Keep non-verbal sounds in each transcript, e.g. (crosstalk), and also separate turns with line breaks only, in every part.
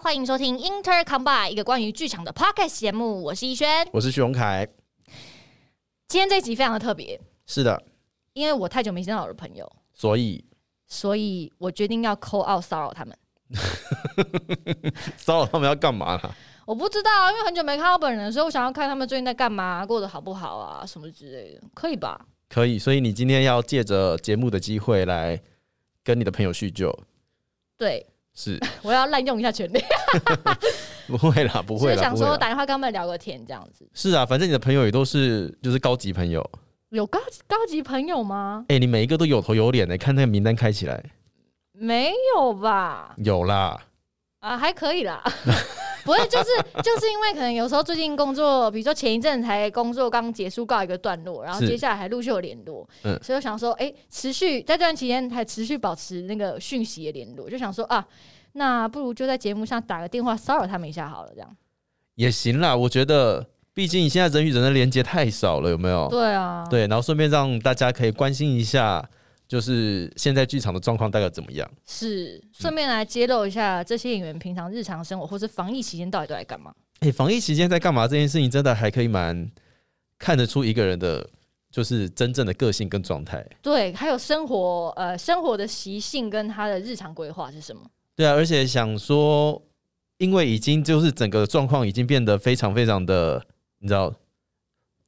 欢迎收听 Inter Combine 一个关于剧场的 podcast 节目，我是逸轩。
我是徐荣凯。
今天这集非常的特别，
是的，
因为我太久没见到我的朋友，
所以
所以我决定要 call out 骚扰他们。
骚扰他们要干嘛啦？
我不知道啊，因为很久没看到本人，所以我想要看他们最近在干嘛，过得好不好啊，什么之类的，可以吧？
可以，所以你今天要借着节目的机会来跟你的朋友叙旧，
对，
是
我要滥用一下权利，
(laughs) 不会啦，不
所
会
以
啦，
(laughs) 想
不会
说
啦。
打电话跟他们聊个天，这样子。
是啊，反正你的朋友也都是就是高级朋友，
有高高级朋友吗？
哎、你每一个都有头有脸的、看那个名单开起来，
没有吧？
有啦，
啊，还可以啦。 (laughs) 不是，就是就是因为可能有时候最近工作，比如说前一阵才工作刚结束告一个段落，然后
是
接下来还陆续有联络，
嗯
所以我想说，哎、持续在这段期间还持续保持那个讯息的联络，就想说啊，那不如就在节目上打个电话骚扰他们一下好了，这样。
也行啦。我觉得，毕竟现在人与人的连接太少了，有没有？
对啊，
哦对，然后顺便让大家可以关心一下，就是现在剧场的状况大概怎么样。嗯
是顺便来揭露一下这些演员平常日常生活或是防疫期间到底都在干嘛。
哎、防疫期间在干嘛这件事情，真的还可以蛮看得出一个人的，就是真正的个性跟状态。
对，还有生活呃生活的习性跟他的日常规划是什么？
对啊，而且想说，因为已经就是整个状况已经变得非常非常的，你知道，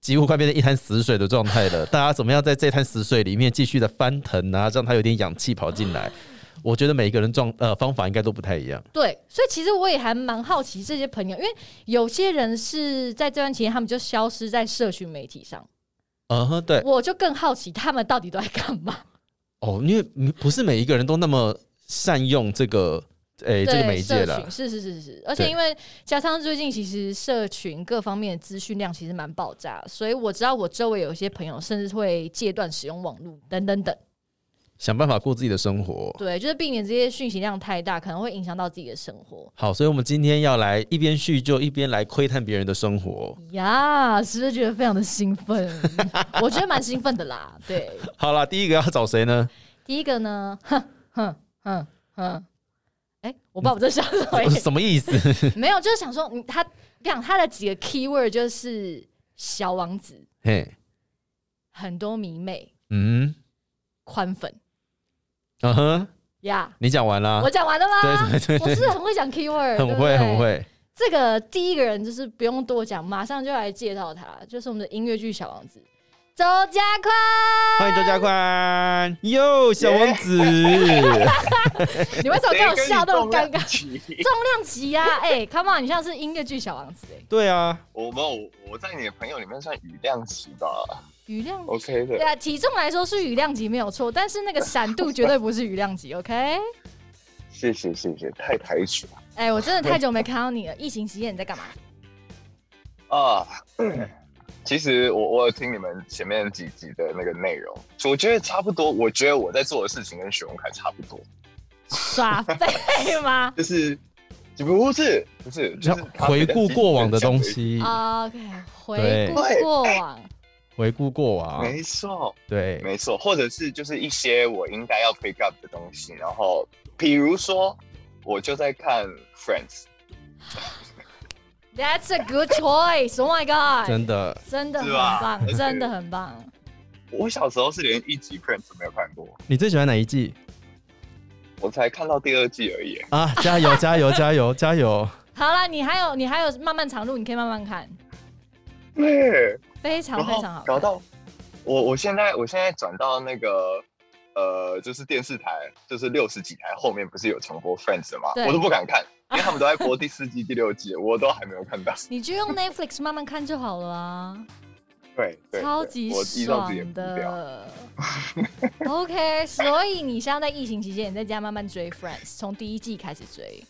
几乎快变成一滩死水的状态了。大家怎么样在这滩死水里面继续的翻腾啊，让它有点氧气跑进来？我觉得每一个人状呃方法应该都不太一样。
对，所以其实我也还蛮好奇这些朋友，因为有些人是在这段期间他们就消失在社群媒体上，
嗯哼，对，
我就更好奇他们到底都在干嘛。
哦，因为不是每一个人都那么善用这个诶、
对，
这个媒介
社
了
群。是是是是，而且
对
因为加上最近其实社群各方面的资讯量其实蛮爆炸，所以我知道我周围有一些朋友甚至会戒断使用网络等等等。
想办法过自己的生活。
对，就是避免这些讯息量太大，可能会影响到自己的生活。
好，所以我们今天要来一边叙旧，一边来窥探别人的生
(laughs)
活。
呀是不是觉得非常的兴奋？
(laughs)
我觉得蛮兴奋的啦。对，
好啦，第一个要找谁呢？，
第一个呢，哼哼哼哼，哎、我不知道我在想什么
什么
(laughs)
意思？
没有，就是想说，你他讲他的几个 keyword 就是小王子，
嘿，
很多迷妹，
嗯，
宽粉
嗯哼，
呀。
你讲完啦
我。讲完了吗？
啊对对对
我是欸很会讲 keyword，
(laughs) 很
对不
会，
对
很。会。
这个第一个人就是不用多讲，马上就来介绍他，就是我们的音乐剧小王子周家
(laughs)
宽。
欢迎周家宽，哟，小王
(laughs)
子，
你为什么
谁
给我
跟你
笑那么
重
尴
量
尬？
级
重量级呀、啊！哎、c o m e on，你像是音乐剧小王子哎、(laughs)
对啊，
我没有，我在你的朋友里面算雨量级吧
雨量
，OK
对
的。
啊，体重来说是羽量级没有错，但是那个闪度绝对不是羽量级，OK？
谢谢谢谢，太抬举了
哎、我真的太久没看到你了，疫情期间你在干嘛？
(clears throat)
啊！其实我我有听你们前面几集的那个内容，我觉得差不多。我觉得我在做的事情跟许荣凯差不多，
耍废吗
(laughs)
就是不是不是，就是他
回顾过往的东。西，
？OK，回顾
对
过往，
回顾过往，
没错，
对，
没错，或者是就是一些我应该要 pick up 的东西，然后比如说我就在看 Friends，
That's a good choice. Oh my god！
真的，
真的很
是吧
棒，
而且
真的很棒。
我小时候是连一集 Friends 都没有看过，
你最喜欢哪一季
我才看到第二季而已。
啊？加
(laughs)
油，加油，加油，加油！
好啦，你还有你还有漫漫长路，你可以慢慢看，
对，
非常
然
非
后
常好看。
搞到我，我现在我现在转到那个呃，就是电视台，就是六十几台后面不是有重播 Friends 的吗
对？
我都不敢看，因为他们都在播第四季、第六季，我都还没有看到。
你就用 Netflix 慢慢看就好了啊。
(laughs) 对，对
超
对
级
我依照自己
爽
的步调。
的。OK，所 (laughs)
(laughs)
以你现在在疫情期间，你在家慢慢追 Friends，从第一季开始追。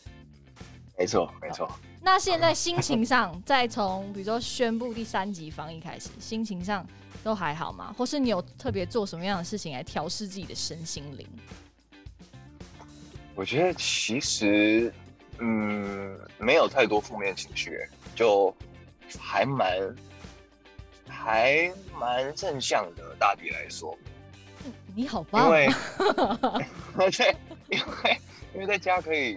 没错，没错。
那现在心情上，再从比如说宣布第三级防疫开始，心情上都还好吗？或是你有特别做什么样的事情来调试自己的身心灵？
我觉得其实，嗯，没有太多负面情绪，就还蛮还蛮正向的。大体来说，
你好棒
(laughs) 因，为对，因为因为在家可以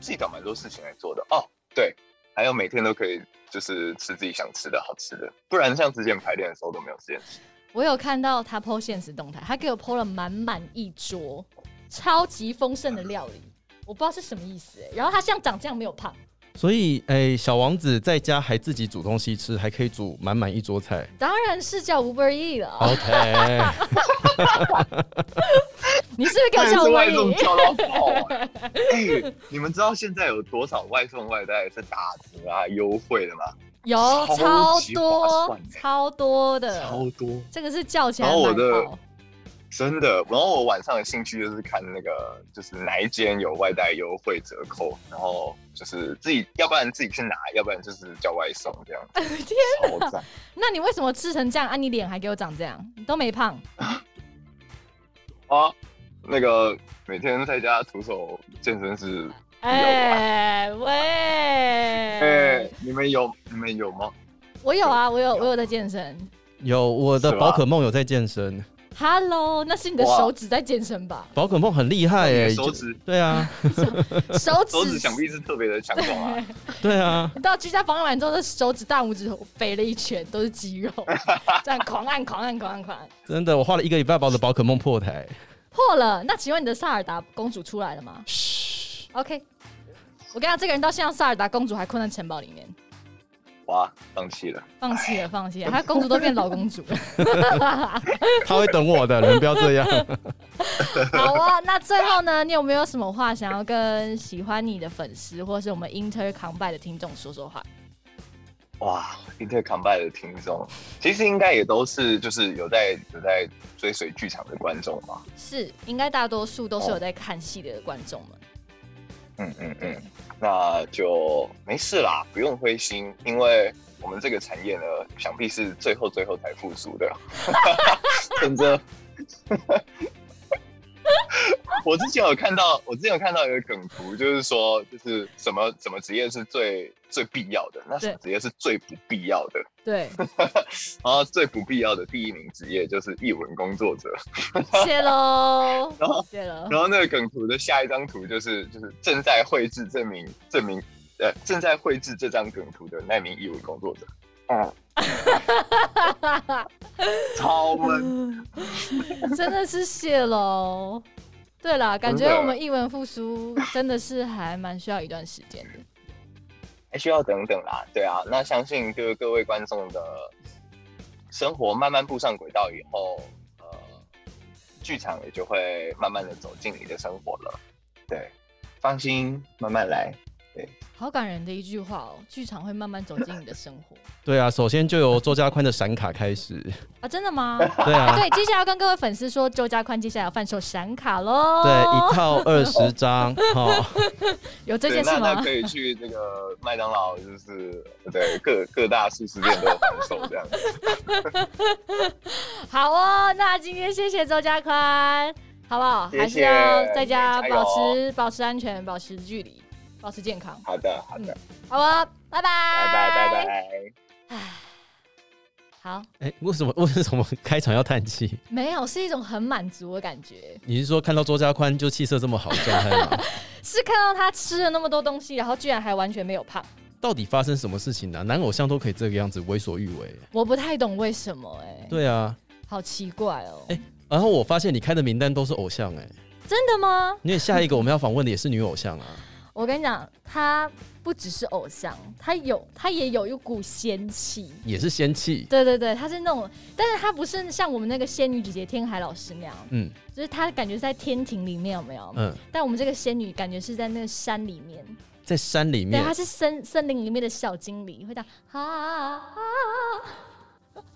自己找蛮多事情来做的哦。对，还有每天都可以就是吃自己想吃的好吃的，不然像之前排练的时候都没有时间吃。
我有看到他 PO 现实动态，他给我 PO 了满满一桌超级丰盛的料理，我不知道是什么意思、欸。然后他像长这样没有胖，
所以，哎、小王子在家还自己煮东西吃，还可以煮满满一桌菜。
当然是叫 Uber E 了。
(laughs)
OK，
你是不是给我
但
叫
是
Uber
外送
E？
叫到爆、啊！哎、你们知道现在有多少外送外带是打折啊、优惠的吗？
(laughs) 有超
超级划
多
算欸
超多的，
超多，
这个是叫起来
然后我
蛮
的
爆。
真的。然后我晚上的兴趣就是看那个，就是哪一间有外带优惠折扣，然后就是自己，要不然自己去拿，要不然就是叫外送这样。
天，
超赞！
那你为什么吃成这样啊？你脸还给我长这样，你都没胖，
啊，那个每天在家徒手健身是，
哎、喂，嗯
哎、你们有你们有吗？
我有啊，我有，我有在健身。
有我的
是吧
宝可梦有在健身，
Hello，那是你的
哇
手指在健身吧？
宝可梦很厉害耶、
哦你的手指
就对啊，
手指
手指想必是特别的强壮啊。
对啊，
到居家防疫完之后，这手指大拇指飞了一圈，都是肌肉，这样狂按狂按狂按狂按，
真的，我花了一个礼拜把我的宝可梦破台。 (laughs)
破了。那请问你的萨尔达公主出来了吗
嘘，
？OK，我跟你讲，这个人到现在萨尔达公主还困在城堡里面，
哇，放弃了。
放弃了，放弃了，她公主都变老 (laughs) 公主了。
他会等我的，你们不要这
(laughs)
样。
好啊，那最后呢，你有没有什么话想要跟喜欢你的粉丝，或是我们 Inter Combine 的听众说说话？
哇，Inter Combine 的听众，其实应该也都是就是有在有在追随剧场的观众嘛。
是，应该大多数都是有在看戏的观众们。
嗯嗯嗯，那就没事啦，不用灰心，因为我们这个产业呢，想必是最后最后才复苏的。等着。 (laughs) 我之前有看到，我之前有看到一个梗图，就是说，就是什么什么职业是最最必要的，那什么职业是最不必要的。
对，
然后最不必要的第一名职业就是译文工作者。
谢
(laughs)
喽
然后，
谢喽。
然后那个梗图的下一张图就是就是正在绘制证明证明呃正在绘制这张梗图的那名译文工作者。嗯，超闷。
真的是谢喽。对啦，感觉
真的
我们译文复苏真的是还蛮需要一段时间的。
还需要等等啦。对啊，那相信就是各位观众的生活慢慢步上轨道以后，呃，剧场也就会慢慢的走进你的生活了。对，放心，慢慢来。
好感人的一句话哦，剧场会慢慢走进你的生
(laughs)
活
对啊，首先就由周家宽的闪卡开始。
啊！真的
(laughs)
吗？
对啊，
对，接下来要跟各位粉丝说，周家宽接下来要贩售闪卡喽。
对，一套二十张，哦，
有这
对，
件事
那那
吗
可？以去那个麦当劳，就是对各各大素食店都有贩售这样子。
好哦，那今天谢谢周家宽，好不好？
谢谢
还是要在家
加油
保持保持安全，保持距离，保持健康，
好的，好的，
好啊，拜拜，
拜拜拜。拜。
好，
哎、为什么为什么开场要叹气？
没有，是一种很满足的感觉。
你是说看到周家宽就气色这么好的状态吗？
是看到他吃了那么多东西，然后居然还完全没有胖，
到底发生什么事情呢、男偶像都可以这个样子为所欲为。
我不太懂为什么哎、
对啊，
好奇怪哦、
哎然后我发现你开的名单都是偶像哎、
真的吗？
因为下一个我们要访问的也是女偶像啊。 (laughs)
我跟你讲，他不只是偶像，他有他也有一股仙气。
也是仙气。
对对对，他是那种，但是他不是像我们那个仙女姐姐天海老师那样，
嗯
就是他感觉在天庭里面有没有？
嗯，
但我们这个仙女感觉是在那个山里面，
在山里
对，
面
她，是森森林里面的小精灵，会讲啊啊啊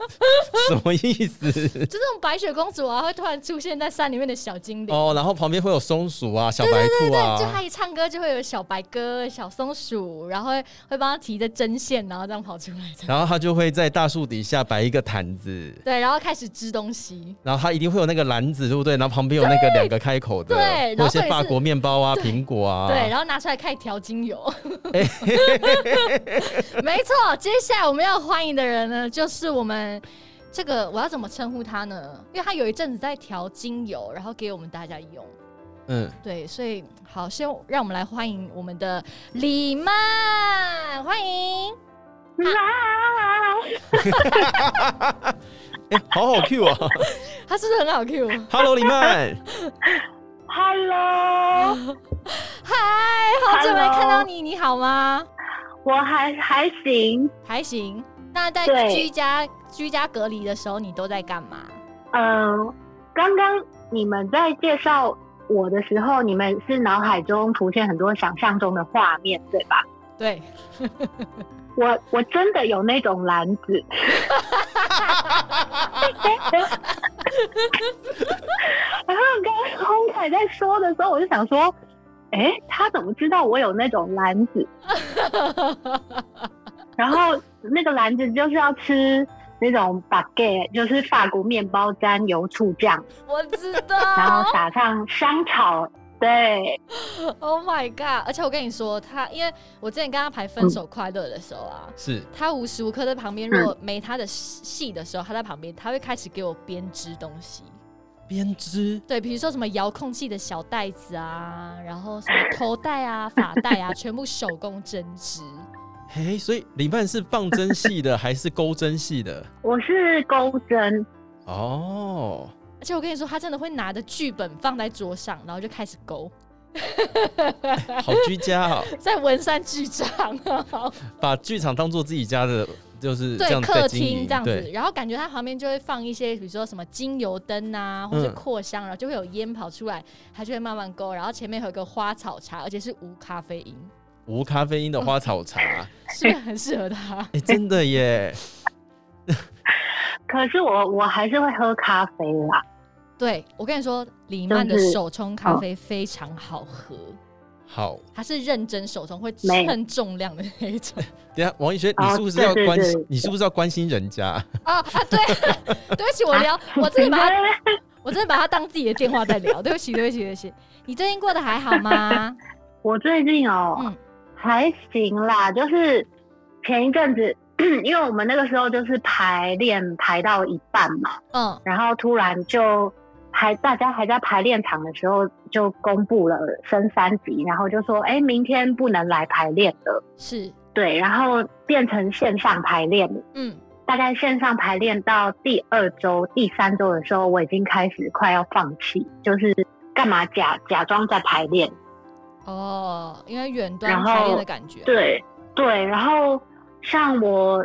(laughs) 什么意
(laughs)
思？
就那种白雪公主啊，会突然出现在山里面的小精灵。
哦，然后旁边会有松鼠啊、小白兔啊，
就她一唱歌，就会有小白鸽、小松鼠，然后会会帮她提着针线，然后这样跑出来的。
然后它就会在大树底下摆一个毯子，
对，然后开始织东西。
然后它一定会有那个篮子，对不对？然后旁边有那个两个开口的，
对然
或
后
者
重点
一些
是
法国面包啊、苹果啊，
对，然后拿出来看调精油。 (laughs) 没错，接下来我们要欢迎的人呢，就是我们这个我要怎么称呼他呢？因为他有一阵子在调精油，然后给我们大家用。
嗯，
对，所以好，先让我们来欢迎我们的李曼，欢迎。
哎、好好 Q 啊
他是不是很好
(laughs)
Q？
(laughs) ！Hello，李曼，
Hello，
嗨，好久没
Hello
看到你，你好吗？
我还还行，
还行。那在
对
居家居家隔离的时候，你都在干嘛？
嗯、刚刚你们在介绍我的时候，你们是脑海中浮现很多想象中的画面，对吧？
对，
我我真的有那种篮
(laughs)
子，然后刚刚红凯在说的时候，我就想说，哎，他怎么知道我有那种篮子？ (laughs) 然后那个篮子就是要吃那种 baguette，就是法国面包沾油醋酱，
我知
然
道
后。撒上香草，对，
Oh my god！而且我跟你说，他因为我之前跟他排《分手快乐》的时候啊，
是
他无时无刻在旁边，如果没他的戏的时候，他在旁边，他会开始给我编织东西。
编织
对，比如说什么遥控器的小袋子啊，然后什么头带啊、发带啊，全部手工针织。
嘿，所以李曼是棒针系的还是钩针系的？
我是钩针，
哦，
而且我跟你说，他真的会拿着剧本放在桌上，然后就开始勾，
好居家哦，
在文山剧场、啊
把剧场当做自己家的，就是这
对
样子在
客
经
厅
营
这样子，
对，
然后感觉他旁边就会放一些，比如说什么精油灯啊，或是
嗯
扩香，然后就会有烟跑出来，他就会慢慢勾，然后前面会有一个花草茶，而且是无咖啡
(laughs)
因，
无咖啡因的
嗯
花草茶，哎、
是不是很适合
(laughs)
他？
真的耶，
可是我我还是会喝咖啡啦。
对我跟你说，李曼的
就是
手冲咖啡非常好喝。
好。
他是认真手冲，会
没
称重量的那一
(laughs)
种
等一下，王宇轩，你
哦
是不是要
对对
关
对
心？你是不是要关心人家？ (laughs)
啊啊！对， (laughs) 对不起，我聊，我真
(laughs)
的把它，我真的把它当自己的电话在聊。对不起，对不起，对不起。你最近过得还好
(laughs)
吗？
我最近哦、
嗯
还行啦，就是前一阵子， (clears throat) 因为我们那个时候就是排练排到一半嘛，
嗯，
然后突然就还大家还在排练场的时候就公布了升三级，然后就说哎、明天不能来排练了，
是，
对，然后变成线上排练了。
嗯，
大概线上排练到第二周、第三周的时候，我已经开始快要放弃，就是干嘛假假装在排练，
哦，因为远端
然后
排练的感觉，，
对对，然后像我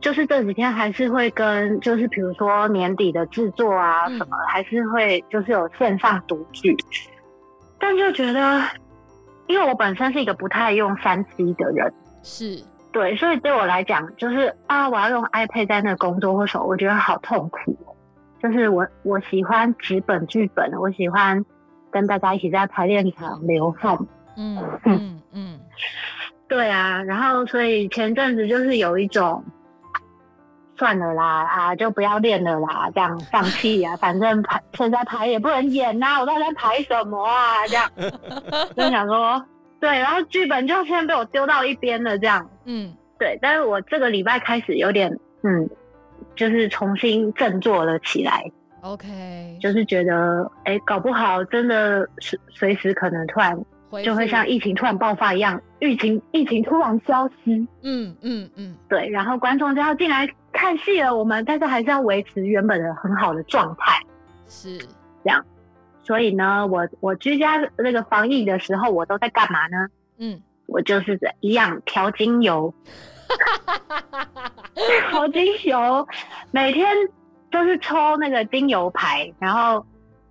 就是这几天还是会跟，就是比如说年底的制作啊
嗯
什么，还是会就是有线上读剧，但就觉得，因为我本身是一个不太用三 C 的人，
是，
对，所以对我来讲，就是啊，我要用 iPad 在那工作或什么，我觉得好痛苦哦。就是我我喜欢纸本剧本，我喜欢跟大家一起在排练场流汗，
嗯嗯嗯，
对啊，然后所以前阵子就是有一种，算了啦啊，就不要练了啦，这样放弃啊，反正排现在排也不能演呐、我到底在排什么啊？这样就想说，对，然后剧本就先被我丢到一边了，这样
嗯，
对。但是我这个礼拜开始有点，嗯，就是重新振作了起来，
，OK，
就是觉得，哎，搞不好真的随随时可能突然
回
就会
复
像，疫情突然爆发一样，疫情疫情突然消失。
嗯嗯嗯，
对，然后观众就要进来看戏了，我们但是还是要维持原本的很好的状态。
是，
所以呢，我我居家那个防疫的时候，我都在干嘛呢？
嗯，
我就是一样调精油，调精油，每天就是抽那个精油牌，然后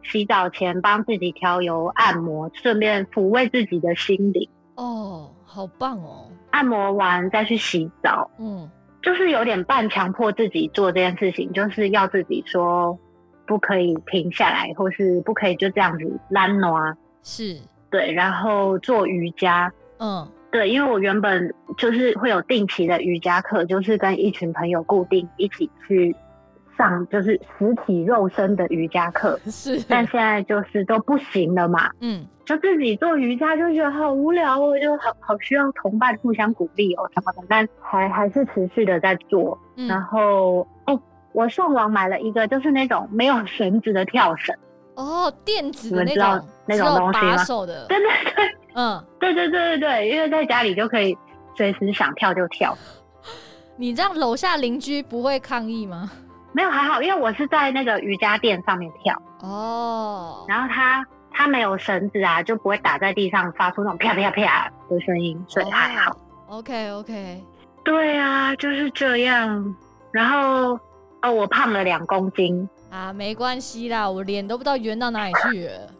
洗澡前帮自己调油按摩，顺便抚慰自己的心灵。
哦，好棒哦，
按摩完再去洗澡，
嗯，
就是有点半强迫自己做这件事情，就是要自己说不可以停下来，或是不可以就这样子懒挪啊。
是，
对，然后做瑜伽。
嗯，
对，因为我原本就是会有定期的瑜伽课，就是跟一群朋友固定一起去上，就是实体肉身的瑜伽课。
是，
但现在就是都不行了嘛，
嗯，
就自己做瑜伽就觉得好无聊哦，就好好需要同伴互相鼓励哦什么的，但还还是持续的在做。然
嗯，
后哦，我上网买了一个，就是那种没有绳子的跳绳，
哦，电子的
你们
那
知道
种
那种
只有
东西
把
吗
手的，
对对对
嗯，
(laughs) 对对对对对，因为在家里就可以随时想跳就跳。
你让楼下邻居不会抗议吗？
没有还好，因为我是在那个瑜伽垫上面跳，
哦，
然后它它没有绳子啊，就不会打在地上发出那种啪啪啪的声音，所以还好。
OK OK，
哦对啊，就是这样。然后哦，我胖了两公斤， (laughs)
啊，没关系啦，我脸都不知道圆到哪里去了。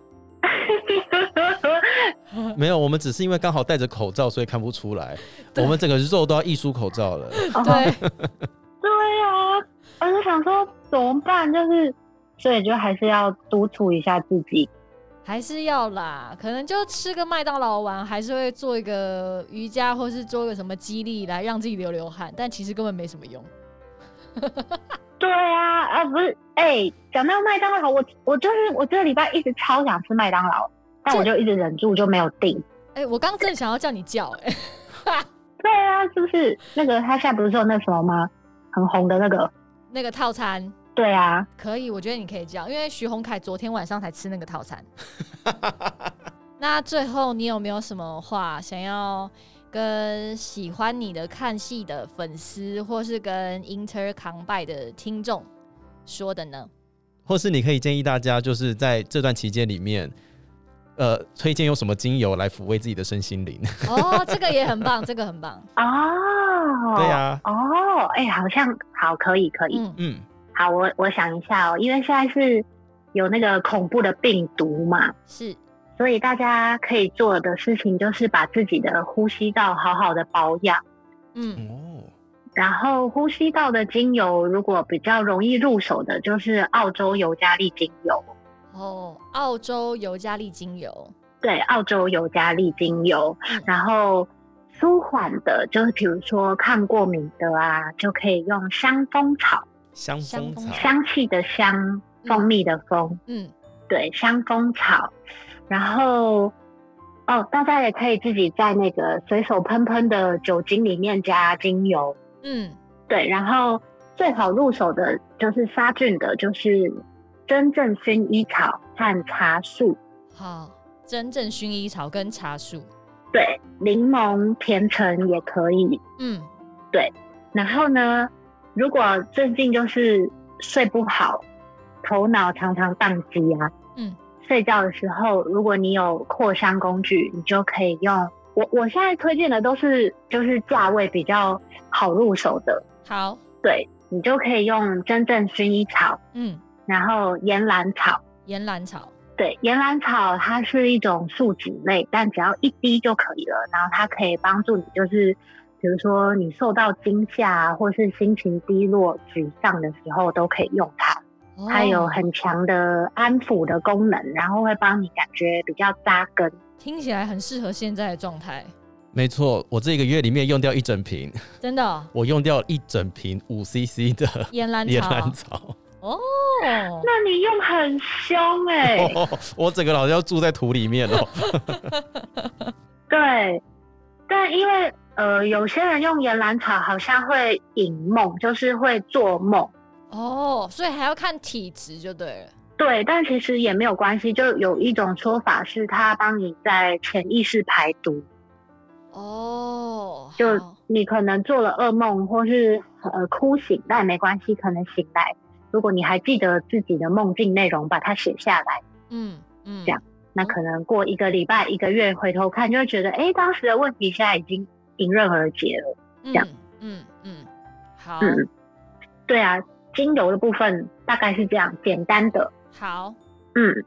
没有，我们只是因为刚好戴着口罩，所以看不出来。我们整个肉都要溢出口罩了。
哦
对，
对啊，我就想说怎么办，就是所以就还是要督促一下自己。
还是要啦，可能就吃个麦当劳完，还是会做一个瑜伽，或是做个什么激励来让自己流流汗，但其实根本没什么用。
对啊，啊不是，哎、讲到麦当劳，我我就是我这个礼拜一直超想吃麦当劳，但我就一直忍住就没有订。
哎、我刚正想要叫你叫、哎， (laughs)
对啊，是不是那个他现在不是说那什么吗？很红的那个。
那个套餐
对啊，
可以，我觉得你可以叫，因为徐宏凯昨天晚上才吃那个套餐。那最后，你有没有什么话想要跟喜欢你的看戏的粉丝，或是跟 Inter 扛拜的听众说的呢？
或是你可以建议大家，就是在这段期间里面，呃，推荐用什么精油来抚慰自己的身心灵？ (laughs)
哦，这个也很棒，这个很棒。
哦，
对啊，
哦，哎、好像好，可以，可以。
嗯，
嗯，
好，我我想一下哦，因为现在是有那个恐怖的病毒嘛，
是
所以大家可以做的事情就是把自己的呼吸道好好的保养。
嗯，
哦，
然后呼吸道的精油，如果比较容易入手的，就是澳洲尤加利精油。
哦，澳洲尤加利精油，
对，澳洲尤加利精油
嗯。
然后舒缓的，就是比如说抗过敏的啊，就可以用香蜂草，
香
香
蜂
蜂
草，
草
香气的香，
嗯
蜂蜜的蜂，
嗯，
对，香蜂草。然后哦，大家也可以自己在那个随手喷喷的酒精里面加精油。
嗯，
对，然后最好入手的就是杀菌的，就是真正薰衣草和茶树，
好，真正薰衣草跟茶树，
对，柠檬甜橙也可以。
嗯，
然后呢，如果最近就是睡不好，头脑常常宕机啊，
嗯，
睡觉的时候，如果你有扩香工具，你就可以用。我我现在推荐的都是就是价位比较好入手的，
好，
对你就可以用真正薰衣草，
嗯，
然后岩兰草。
岩兰草，
对，岩兰草它是一种树脂类，但只要一滴就可以了。然后它可以帮助你，就是比如说你受到惊吓啊，或是心情低落、沮丧的时候，都可以用它。
哦
它有很强的安抚的功能，然后会帮你感觉比较扎根。
听起来很适合现在的状态，
没错，我这个月里面用掉一整瓶，
真的哦、
我用掉一整瓶五 CC 的
岩兰
野
草
兰
啊，
草，
哦，
那你用很凶哎、
(laughs) 我整个老是要住在土里面哦。
(laughs) 对，但因为呃，有些人用岩兰草好像会引梦，就是会做梦。
哦，所以还要看体质就对了，
对，但其实也没有关系，就有一种说法是它帮你在潜意识排毒，
哦，
就
好
你可能做了噩梦或是呃哭醒，但也没关系，可能醒来，如果你还记得自己的梦境内容，把它写下来，
嗯嗯，
这样那可能过一个礼拜、一个月回头看，就会觉得，哎，当时的问题现在已经迎刃而解了。
这
样，
嗯嗯，好，
嗯，对啊，精油的部分大概是这样，简单的，
好，
嗯，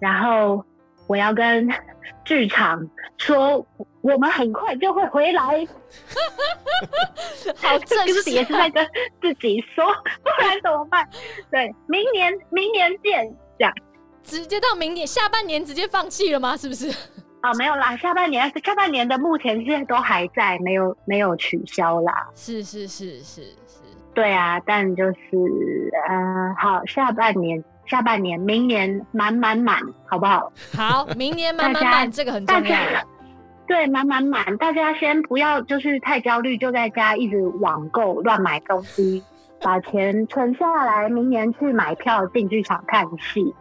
然后我要跟 (laughs) 剧场说，我们很快就会回来。
好正
(laughs) 就是也是在
式，啊
跟自己说，不然怎么办？对，明年明年见。这样
直接到明年下半年直接放弃了吗？是不是？
哦，没有啦，下半年下半年的目前是都还在，没有没有取消啦。
是是是是是，
对啊，但就是嗯，好，下半年下半年明年满满满，好不好？
好，明年慢慢
大家
慢，这个很
大
重要。
家对满满满，大家先不要就是太焦虑，就在家一直网购乱买东西，把钱存下来，明年去买票进剧场看戏。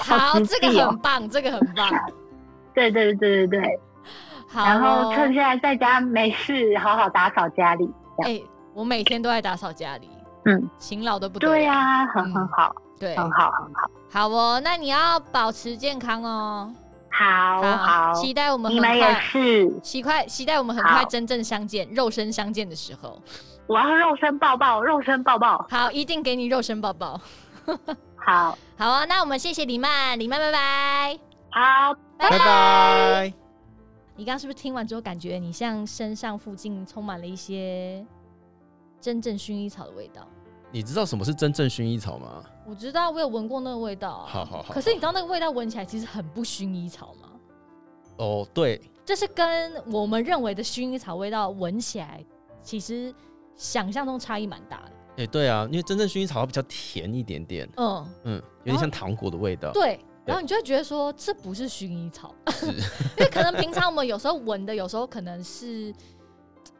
好，
实
这个
际哦
很棒，这个很棒。
对对对对对，
好
然
哦
后趁现在在家没事，好好打扫家里。这样
哎、我每天都在打扫家里，
嗯，
勤劳的不得了。
对啊呀、很很好，
对，
很好，很好，
好哦，那你要保持健康哦。
好好，
期待我们
你
很
们也
快，
是，
期快期待我们很快
好
真正相见，肉身相见的时候。
我要肉身抱抱，肉身抱抱，
好，一定给你肉身抱抱。
好
好啊，那我们谢谢李曼，李曼拜拜。
好，
(laughs) 拜
拜拜。
你刚刚是不是听完之后，感觉你像身上附近充满了一些真正薰衣草的味道？
你知道什么是真正薰衣草吗？
我知道，我有闻过那个味道、啊。
好好好
可是你知道那个味道闻起来其实很不薰衣草吗？
哦，对，
这是跟我们认为的薰衣草味道闻起来，其实想象中差异蛮大的。
哎、对啊，因为真正薰衣草它比较甜一点点，
嗯，
嗯，有点像糖果的味道。
对。然后你就会觉得说，这不是薰衣草，
是，
(laughs) 因为可能平常我们有时候闻的，有时候可能是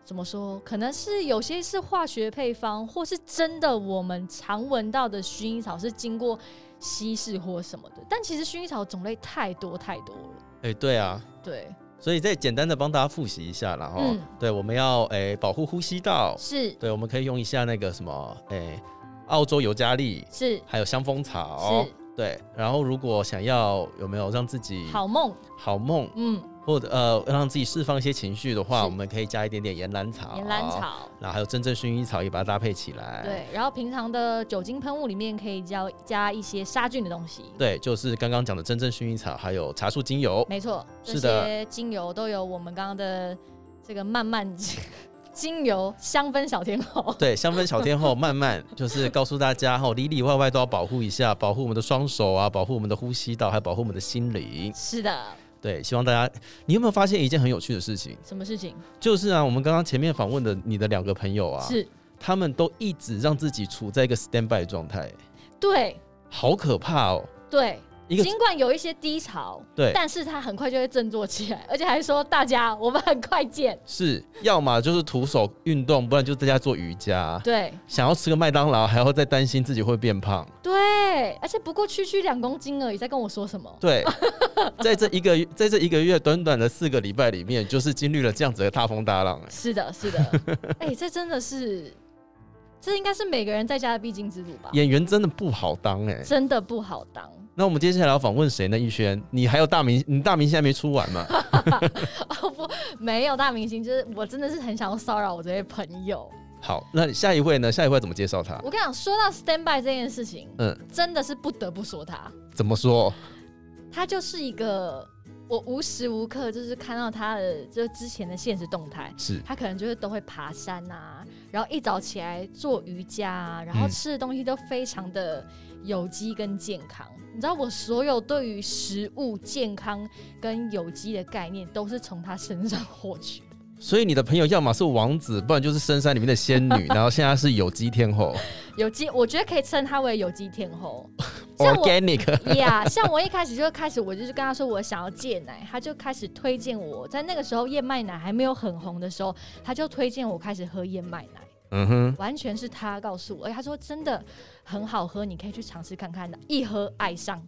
怎么说，可能是有些是化学配方，或是真的我们常闻到的薰衣草是经过稀释或什么的。但其实薰衣草种类太多太多了，
哎、对啊，
对，
所以再简单的帮大家复习一下啦，哈、
嗯
对，我们要哎、保护呼吸道，
是
哦对，我们可以用一下那个什么，哎、澳洲尤加利，
是
还有香蜂草
是，
对。然后如果想要有没有让自己
好梦，
好梦，
嗯，
或者呃让自己释放一些情绪的话，
是
我们可以加一点点岩兰草，
岩兰，草，
然后还有真正薰衣草也把它搭配起来。
对，然后平常的酒精喷雾里面可以加加一些杀菌的东西。
对，就是刚刚讲的真正薰衣草，还有茶树精油。
没错，这
是的
些精油都有我们刚刚的这个慢 (laughs) 慢精油香氛小天后。
对，香氛小
(laughs)
天后慢慢就是告诉大家哈，里里外外都要保护一下，保护我们的双手啊，保护我们的呼吸道，还保护我们的心灵。
是的，
对，希望大家，你有没有发现一件很有趣的事情？
什么事情？
就是啊，我们刚刚前面访问的你的两个朋友啊，
是
他们都一直让自己处在一个 stand by 的状态，
对
好可怕哦！
对，
一个
尽管有一些低潮，
对，
但是他很快就会振作起来，而且还说大家我们很快
(laughs)
见。
是要么就是徒手运动，不然就在家做瑜伽。
对
想要吃个麦当劳，还要再担心自己会变胖。
对，而且不过区区两公斤而已，在跟我说什么？ (laughs)
对，在这一个月，在这一个月短短的四个礼拜里面，就是经历了这样子的大风大浪、哎
是的，是的，
(laughs)
哎、这真的是，这应该是每个人在家的必经之路吧？
演员真的不好当哎、
真的不好当。
那我们接下来要访问谁呢？逸轩，你还有大明，你大明现在没出
(laughs)
完嘛？
哦不，没有大明星，就是我真的是很想要骚扰我这些朋友。
好，那下一位呢？下一位怎么介绍他？
我跟你讲，说到 stand by 这件事情，
嗯，
真的是不得不说他，
怎么说？
他就是一个我无时无刻就是看到他的，就是之前的现实动态。
是
他可能就是都会爬山啊，然后一早起来做瑜伽、啊，然后
嗯
吃的东西都非常的有机跟健康。你知道我所有对于食物健康跟有机的概念，都是从他身上获取的。
所以你的朋友要么是王子，不然就是深山里面的仙
(laughs)
女，然后现在是有机天后。
有机，我觉得可以称她为有机天后像我
，organic。
呀 (laughs) 像我一开始就开始，我就是跟她说我想要戒奶，她就开始推荐我，在那个时候燕麦奶还没有很红的时候，她就推荐我开始喝燕麦奶，
嗯哼，
完全是她告诉我，而且她说真的很好喝，你可以去尝试看看的，一喝爱上，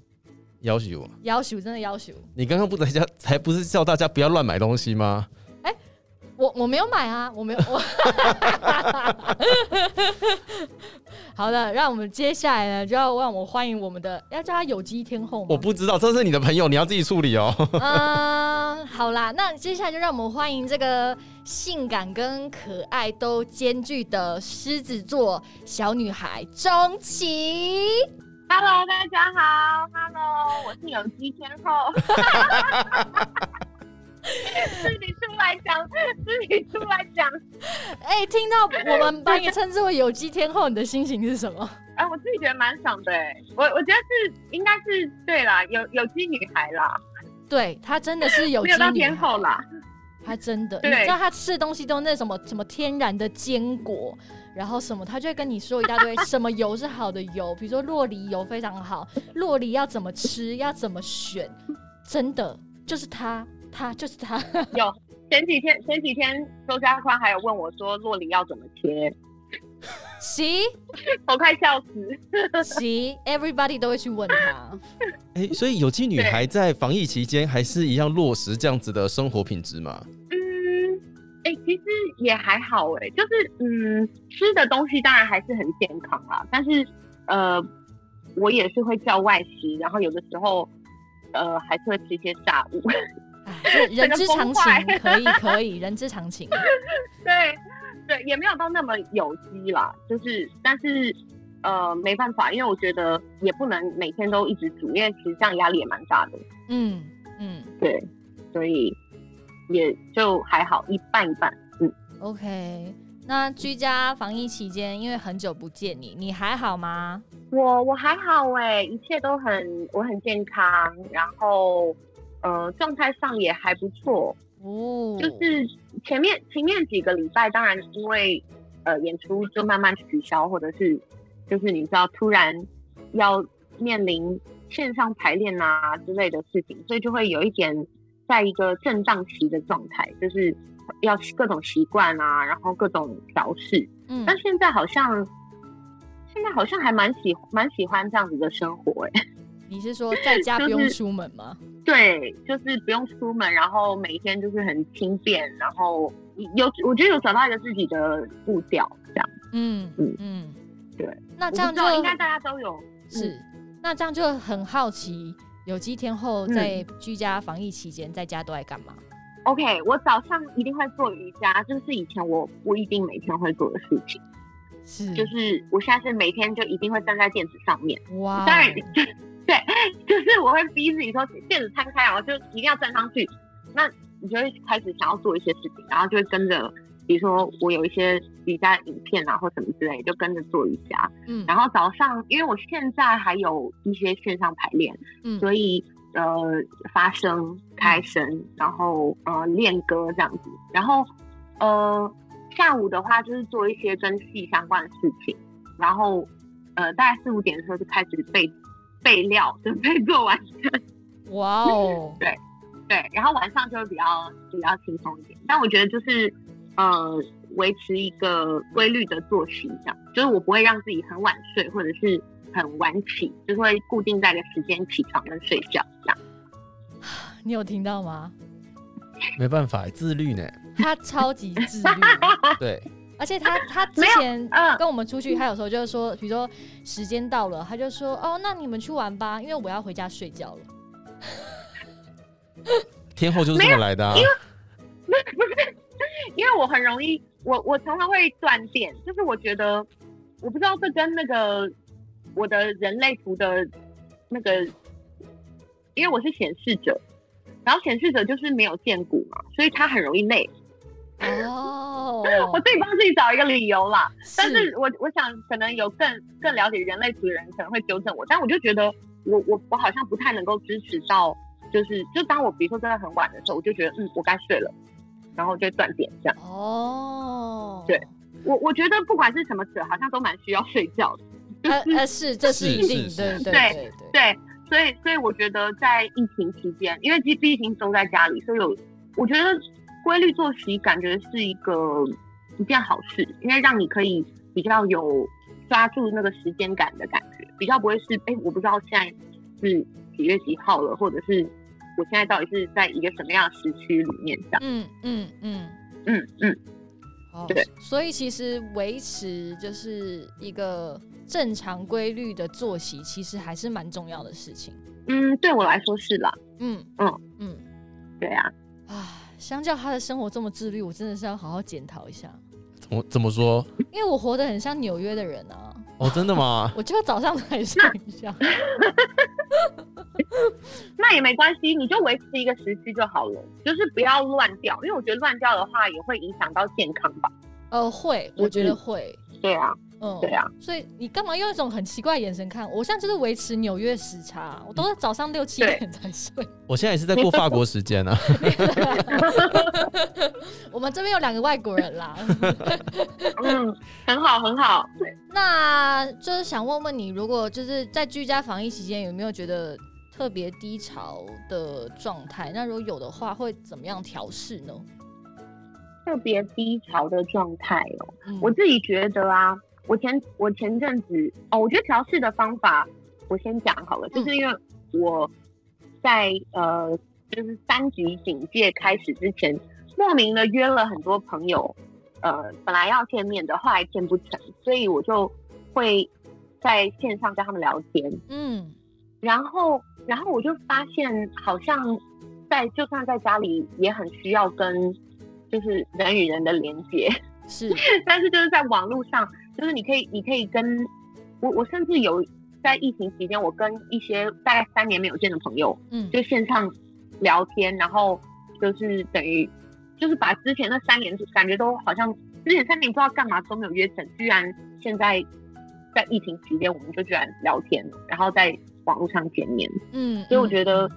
要挟我。
要求真的要求，
你刚刚不在家，才不是叫大家不要乱买东西吗？
我我没有买啊，我没有 (laughs) 我。好的，让我们接下来呢，就要让我欢迎我们的，要叫她有机天后吗？
我不知道，这是你的朋友，你要自己处理哦。 (laughs)
嗯，好啦，那接下来就让我们欢迎这个性感跟可爱都兼具的狮子座小女孩钟琪。
Hello，大家好，Hello，我是有机天后。自己出来讲，自己出来讲。
哎、听到我们把你称之为有机天后，你的心情是什么？
哎、我自己觉得蛮爽的、欸。我我觉得是应该是对啦，有有机女孩啦，
(laughs) 对她真的是有
没
机
有到
女
天后
孩，
啦。
她真的，你
对
知道她吃的东西都那什么什么天然的坚果。然后什么，她就会跟你说一大堆什么油是好的油，比如说洛梨油非常好，洛梨要怎么吃，要怎么选，真的就是她，她就是她。 (laughs)
有前几天前几天周家宽还有问我说洛梨要怎么切，
行
我快笑死。
行，everybody 都会去问他。
哎、所以有机女孩在防疫期间还是一样落实这样子的生活品质嘛？
嗯，哎、其实也还好哎、就是嗯，吃的东西当然还是很健康啦，但是呃，我也是会叫外食，然后有的时候呃还是会吃一些炸物。 (laughs)
哎，这人之常情，可以可以，人之常情。
对对，也没有到那么有机啦，就是但是呃没办法，因为我觉得也不能每天都一直煮，因为其实这样压力也蛮大的，
嗯嗯
对，所以也就还好，一半一半。
，OK。那居家防疫期间，因为很久不见你，你还好吗？
我我还好哎、一切都很我很健康，然后呃状态上也还不错。
哦，
就是前面前面几个礼拜，当然因为呃演出就慢慢取消，或者是就是你知道突然要面临线上排练啊之类的事情，所以就会有一点在一个震荡期的状态，就是要各种习惯啊，然后各种调试。
嗯
但现在好像，现在好像还蛮喜蛮喜欢这样子的生活 (laughs) 哎、
你是说在家
就
不用
是
出门吗？
对，就是不用出门，然后每天就是很轻便，然后有我觉得有找到一个自己的步调，这样。
嗯
嗯
嗯，
对。
那
我
这
不
样
知
就
道应该大家都有，
是，那这样就很好奇，有机天后
嗯
在居家防疫期间在家都在干嘛？
OK，我早上一定会做瑜伽，这是以前我不一定每天会做的事情。
是
就是我现在是每天就一定会站在垫子上面，
哇哦，
当然 (laughs) 就对，就是我会逼自己说垫子摊开，然后就一定要站上去。那你就会开始想要做一些事情，然后就会跟着，比如说我有一些瑜伽影片啊或什么之类，就跟着做瑜伽。
嗯
然后早上，因为我现在还有一些线上排练，
嗯
所以呃发声、开声，然后呃练歌这样子，然后呃下午的话就是做一些跟戏相关的事情，然后呃大概四五点的时候就开始备备料，准备做完
哇哦，
对，然后晚上就会比较比较轻松一点。但我觉得就是呃，维持一个规律的作息，这样就是我不会让自己很晚睡或者是很晚起，就是会固定在一个时间起床跟睡觉这样。
你有听到吗？
没办法，自律呢。
他超级自律，
对，
而且他他之
没有
前
嗯
跟我们出去，他有时候就是说，比如说时间到了，他就说哦，那你们去玩吧，因为我要回家睡觉了。
天后就是这么来的、啊。
(laughs) 因为我很容易，我我常常会断电，就是我觉得我不知道这跟那个我的人类图的那个，因为我是显示者，然后显示者就是没有见骨嘛，所以他很容易累。
哦，嗯
我自己帮自己找一个理由啦。但
是
是我我想可能有更更了解人类图的人可能会纠正我，但我就觉得我我我好像不太能够支持到，就是就当我比如说真的很晚的时候，我就觉得嗯我该睡了，然后就会断电这样。
哦，
对我我觉得不管是什么者，好像都蛮需要睡觉的。
呃呃，是，这是
是
一定，
是
对
是
对
对
对对。
对，所以所以我觉得在疫情期间，因为毕毕竟都在家里，所以有我觉得规律作息感觉是一个一件好事，因为让你可以比较有抓住那个时间感的感觉，比较不会是哎、诶我不知道现在是几月几号了，或者是我现在到底是在一个什么样的时区里面这样。
嗯嗯嗯，
嗯嗯，
哦
对，
所以其实维持就是一个正常规律的作息，其实还是蛮重要的事情。
嗯，对我来说是啦，
嗯
嗯
嗯
对啊，
啊，相较他的生活这么自律，我真的是要好好检讨一下，
怎么怎么说？
因为我活得很像纽约的人啊，
哦，真的 (laughs) 吗？
我就早上才睡一下。
那也没关系，你就维持一个时区就好了，就是不要乱掉，因为我觉得乱掉的话也会影响到健康吧。
呃，会，我觉得会，
对啊，
嗯，
嗯对啊，
所以你干嘛用一种很奇怪的眼神看我？我现在就是维持纽约时差，啊我都是早上六七
对
点才睡。
我现在也是在过法国时 (laughs) 间啊。
我们这边有两个外国人啦，
嗯，很好，很好。
那就是想问问你，如果就是在居家防疫期间，有没有觉得特别低潮的状态？那如果有的话，会怎么样调试呢？
特别低潮的状态哦，
嗯
我自己觉得啊，我前我前阵子哦，我觉得调试的方法我先讲好了，就
嗯
是因为我在呃就是三级警戒开始之前，莫名的约了很多朋友，呃，本来要见面的，后来见不成，所以我就会在线上跟他们聊天，
嗯
然后，然后我就发现，好像在就算在家里也很需要跟就是人与人的连接， (laughs)
是，
但是就是在网络上，就是你可以，你可以跟我，我甚至有在疫情期间，我跟一些大概三年没有见的朋友，
嗯
就线上聊天，然后就是等于就是把之前那三年感觉都好像之前三年不知道干嘛都没有约成，居然现在在疫情期间我们就居然聊天，然后在网络上见面，
嗯，
所以我
嗯
觉得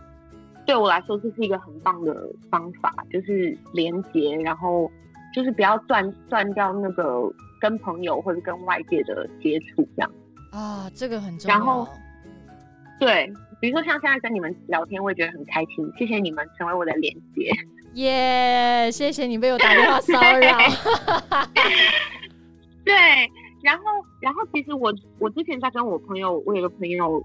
对我来说这是一个很棒的方法，就是连接，然后就是不要断断掉那个跟朋友或者跟外界的接触这样。
啊，这个很重要。
然后对，比如说像现在跟你们聊天，我也觉得很开心，谢谢你们成为我的连接。
耶谢谢你被我打电话骚
(laughs)
扰。
对，然后然后其实我我之前在跟我朋友，我有个朋友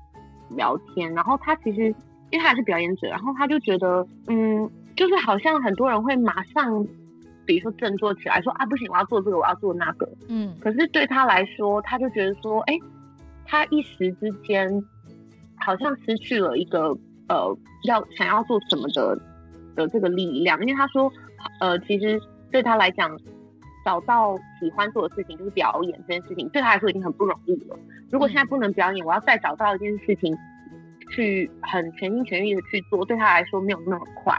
聊天，然后他其实因为他也是表演者，然后他就觉得嗯，就是好像很多人会马上，比如说振作起来说啊不行，我要做这个，我要做那个，
嗯
可是对他来说，他就觉得说，哎、他一时之间好像失去了一个呃要想要做什么的的这个力量，因为他说，呃，其实对他来讲，找到喜欢做的事情就是表演这件事情，对他来说已经很不容易了。如果现在不能表演，我要再找到一件事情去很全心全意的去做，对他来说没有那么快。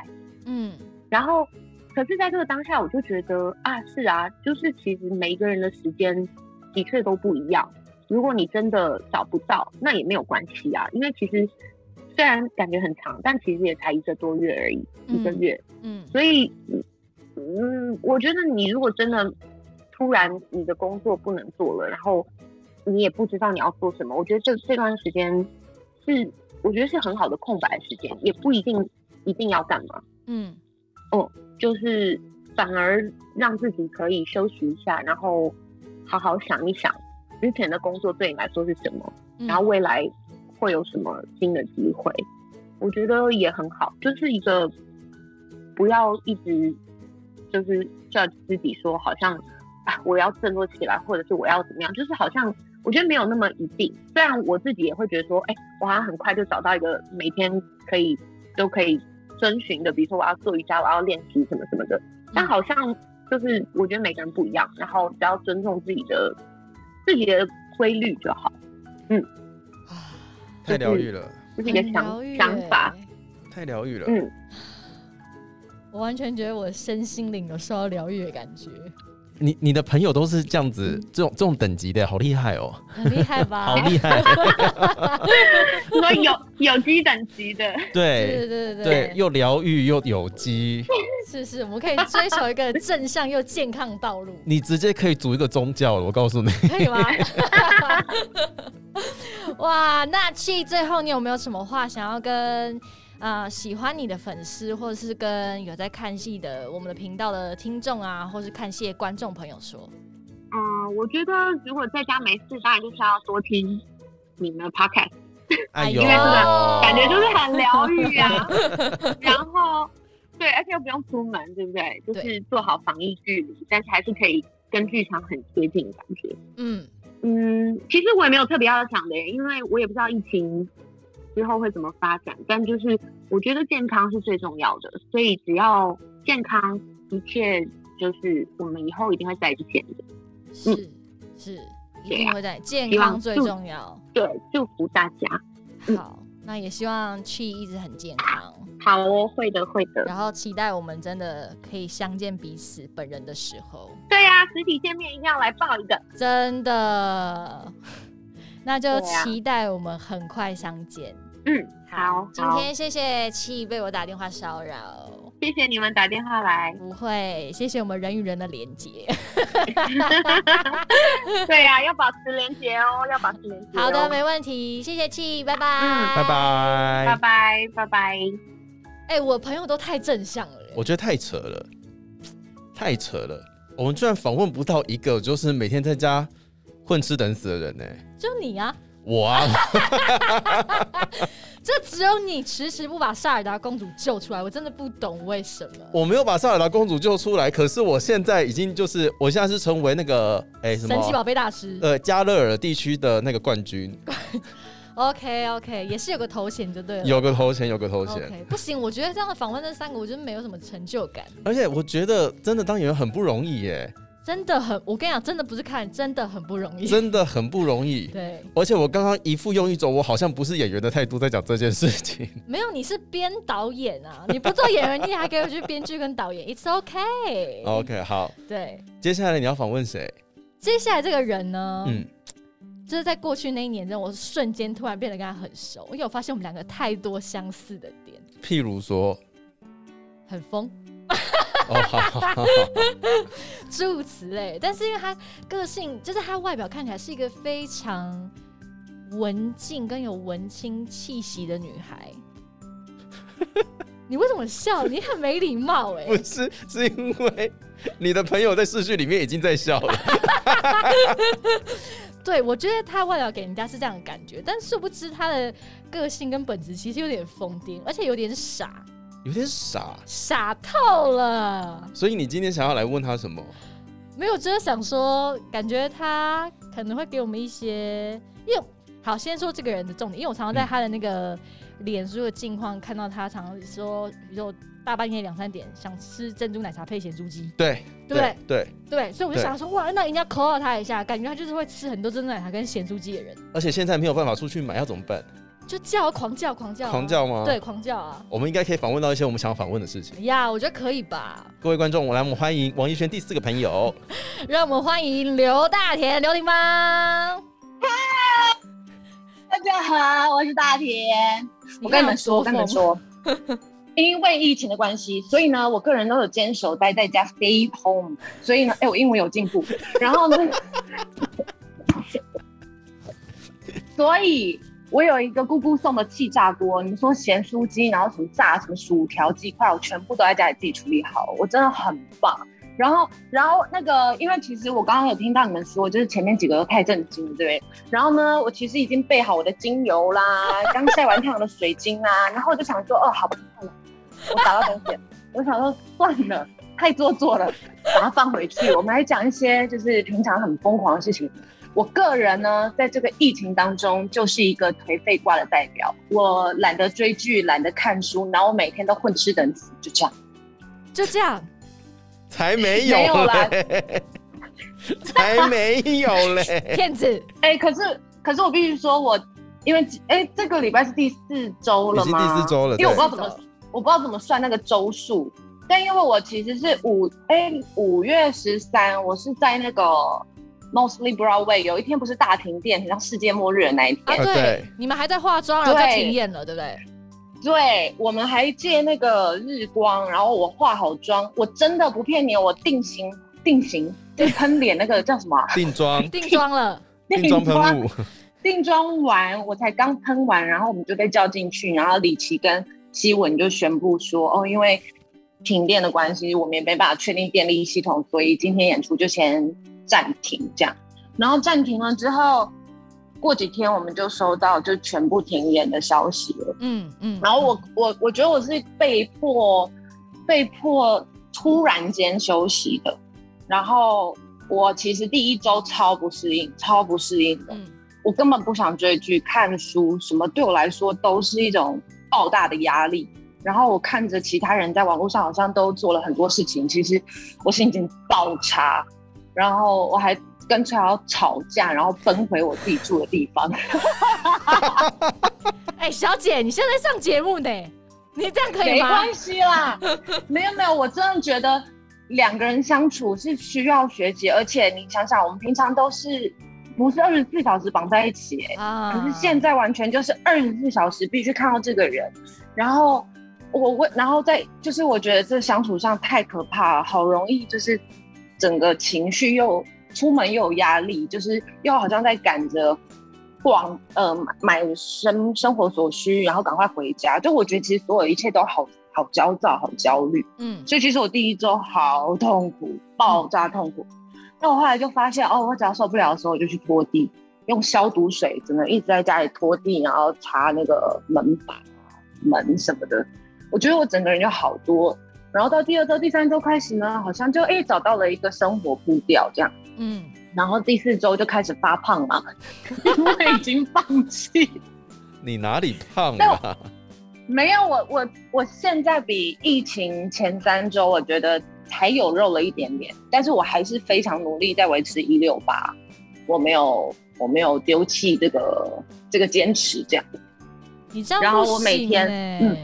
嗯
然后，可是在这个当下，我就觉得啊，是啊，就是其实每一个人的时间的确都不一样。如果你真的找不到，那也没有关系啊，因为其实虽然感觉很长，但其实也才一个多月而已，一个
嗯
月。
嗯
所以，嗯，我觉得你如果真的突然你的工作不能做了，然后你也不知道你要做什么，我觉得这这段时间是我觉得是很好的空白时间，也不一定一定要干嘛。
嗯
就是反而让自己可以休息一下，然后好好想一想之前的工作对你来说是什么，
嗯，
然后未来会有什么新的机会，我觉得也很好，就是一个不要一直就是 judge 自己说好像啊我要振作起来，或者是我要怎么样，就是好像。我觉得没有那么一定，虽然我自己也会觉得说，哎、我好像很快就找到一个每天可以都可以遵循的，比如说我要做瑜伽，我要练习什么什么的。但好像就是我觉得每个人不一样，然后只要尊重自己的自己的规律就好，
啊
太疗愈了，
这是一个
很疗
想
愈
想法。
欸
太疗愈了。
嗯，
我完全觉得我身心灵有受到疗愈的感觉，
你你的朋友都是这样子，这种这种等级的，好厉害哦，
很厉害吧？
好厉 (laughs) 害。
所
(laughs)
以有有机等级的，
对
对对对
对，又疗愈又有机，，
是是，我们可以追求一个正向又健康的道路
(laughs) 你直接可以组一个宗教了。我告诉你，
可以吗？ (laughs) 哇，那气最后你有没有什么话想要跟呃喜欢你的粉丝，或者是跟有在看戏的我们的频道的听众啊，或是看戏的观众朋友说？
嗯，我觉得如果在家没事，当然就是要多听你们的 podcast，
哎
哎
呦
呦，
哦
(laughs) 感觉就是很疗愈
(laughs)
啊。然后，对，而且又不用出门，对不对？就是做好防疫距离，但是还是可以跟剧场很贴近的感觉。
嗯
嗯，其实我也没有特别要讲的耶，因为我也不知道疫情之后会怎么发展，但就是我觉得健康是最重要的，所以只要健康，一切就是我们以后一定会在一起见的。
是是，一定会在健
希望
康最
祝
重要。
对，祝福大家。嗯
好，那也希望气一直很健康，
好哦，会的，会的。
然后期待我们真的可以相见彼此本人的时候。
对呀、实体见面一定要来报一个。
真的。那就
对啊
期待我们很快相见。
嗯，好，
今
好
天谢谢气被我打电话骚扰，
谢谢你们打电话来。
不会，谢谢我们人与人的连
(laughs)
接。
对呀、要保持连结哦，要保持连结、哦。
好的，没问题，谢谢气，拜拜，
拜
嗯拜
拜。
拜，拜拜。
哎、我朋友都太正向了耶，
我觉得太扯了，太扯了。我们居然访问不到一个就是每天在家混吃等死的人呢、
就你啊，
我啊，
这只有你迟迟不把萨尔达公主救出来，我真的不懂为什么。
我没有把萨尔达公主救出来，可是我现在已经就是，我现在是成为那个哎、什
神奇宝
么
贝大师、
呃加勒尔地区的那个冠军，
o k OK，也是有个头衔就对了。
有个头衔，有个头衔。
OK，不行，我觉得这样的访问那三个，我真的没有什么成就感，
而且我觉得真的当演员很不容易
(laughs)
耶，
真的很，我跟你讲，真的不是看，真的很不容易。
真的很不容易。
对，
而且我刚刚一副用一种我好像不是演员的态度在讲这件
(laughs)
事情。
没有，你是编导演啊，你不做演员，你还给我去编剧跟导演，It's OK。
OK，好，
对，
接下来你要访问谁？
接下来这个人呢，
嗯，
就是在过去那一年中，我瞬间突然变得跟他很熟，因为我发现我们两个太多相似的点，
譬如说，
很疯，
哦，好好好好， (laughs)
诸如此类。但是因为他个性，就是他外表看起来是一个非常文静跟有文青气息的女孩。你为什么笑？你很没礼貌
(laughs)
哎、
不是，是因为你的朋友在视讯里面已经在笑了。 (laughs)
对，我觉得他外表给人家是这样的感觉，但殊不知他的个性跟本质其实有点疯癫，而且有点傻，
有点傻，
傻透了。
所以你今天想要来问他什么？
没有，就是想说，感觉他可能会给我们一些，因为好，先说这个人的重点，因为我常常在
嗯
他的那个脸书的近况看到他常常说，比如说大半夜两三点想吃珍珠奶茶配咸猪鸡，
对
对不对？
对，
对，所以我就想说，哇，那人家 call out 他一下，感觉他就是会吃很多珍珠奶茶跟咸猪鸡的人，
而且现在没有办法出去买，要怎么办？
就叫狂叫狂叫啊
狂叫吗？
对，，狂叫啊！
我们应该可以访问到一些我们想要访问的事情。
呀，我觉得可以吧。
各位观众，我来，我们欢迎王一轩第四个朋
(laughs)
友。
让我们欢迎刘大田、刘林芳。
大家好，我是大田。我跟你们说，我跟你们说，因为疫情的关系，所以呢，我个人都有坚守待在家 stay home。所以呢，哎、我英文有进步。然后呢，所以我有一个姑姑送的气炸锅，你们说咸酥鸡，然后什么炸什么薯条、鸡块，我全部都在家里自己处理好，我真的很棒。然后，然后那个，因为其实我刚刚有听到你们说，就是前面几个都太震惊了，对不对？然后呢，我其实已经备好我的精油啦，刚晒完太阳的水晶啦，然后我就想说，哦，好吧，算了，我找到东西了，我想说算了，太做作了，把它放回去。我们来讲一些就是平常很疯狂的事情。我个人呢，在这个疫情当中，就是一个颓废挂的代表。我懒得追剧，懒得看书，然后我每天都混吃等死，就这样。
就这样，
才没有
没有啦
嘞， (laughs) 才没有
(laughs)
嘞。
骗子。
哎、可是可是我必须说我，因为哎、这个礼拜是第四周了
已经
吗？
第四周了，
因为我不知道
对
怎么，我不知道怎么算那个周数。但因为我其实是五哎五月十三，我是在那个 mostly Broadway 有一天不是大停电，很像世界末日的那一
啊，
天。
呃
对，
对
你们还在化妆，然后就
对
停演了，对不对？
对，我们还借那个日光，然后我化好妆，我真的不骗你，哦我定型定型就是喷脸那个叫什么啊、
定
(laughs)
妆，
定妆了，
(laughs) 定妆喷雾，
定妆完，我才刚喷完，然后我们就被叫进去，然后李琦跟希文就宣布说，哦，因为停电的关系，我们也没办法确定电力系统，所以今天演出就先暂停这样。然后暂停了之后，过几天我们就收到就全部停演的消息了。
嗯嗯。
然后我我我觉得我是被迫被迫突然间休息的，然后我其实第一周超不适应，超不适应的。
嗯，
我根本不想追剧、看书，什么对我来说都是一种爆大的压力。然后我看着其他人在网络上好像都做了很多事情，其实我心情爆差，然后我还跟崔瑶吵架，然后奔回我自己住的地方。
哎、小姐，你现在上节目呢，你这样可以
没
吗？
关系啦，
(laughs)
没有没有，我真的觉得两个人相处是需要学习，而且你想想，我们平常都是不是二十四小时绑在一起、欸？
啊
可是现在完全就是二十四小时必须看到这个人，然后我问，然后再就是我觉得这相处上太可怕了，好容易就是整个情绪又出门又有压力，就是又好像在赶着逛呃买买生生活所需，然后赶快回家，就我觉得其实所有一切都好好焦躁，好焦虑。
嗯，
所以其实我第一周好痛苦，爆炸痛苦。那我后来就发现，哦，我只要受不了的时候，我就去拖地，用消毒水，真的一直在家里拖地，然后擦那个门把、门什么的。我觉得我整个人就好多。然后到第二周、第三周开始呢，好像就哎找到了一个生活步调这样。
嗯，
然后第四周就开始发胖嘛， (laughs) 因为已经放弃。
你哪里胖啊了？
没有，我我我现在比疫情前三周，我觉得还有肉了一点点，但是我还是非常努力在维持一六八，我没有我没有丢弃这个这个坚持这样。
你这样
然后
不
我每
行
天
欸
嗯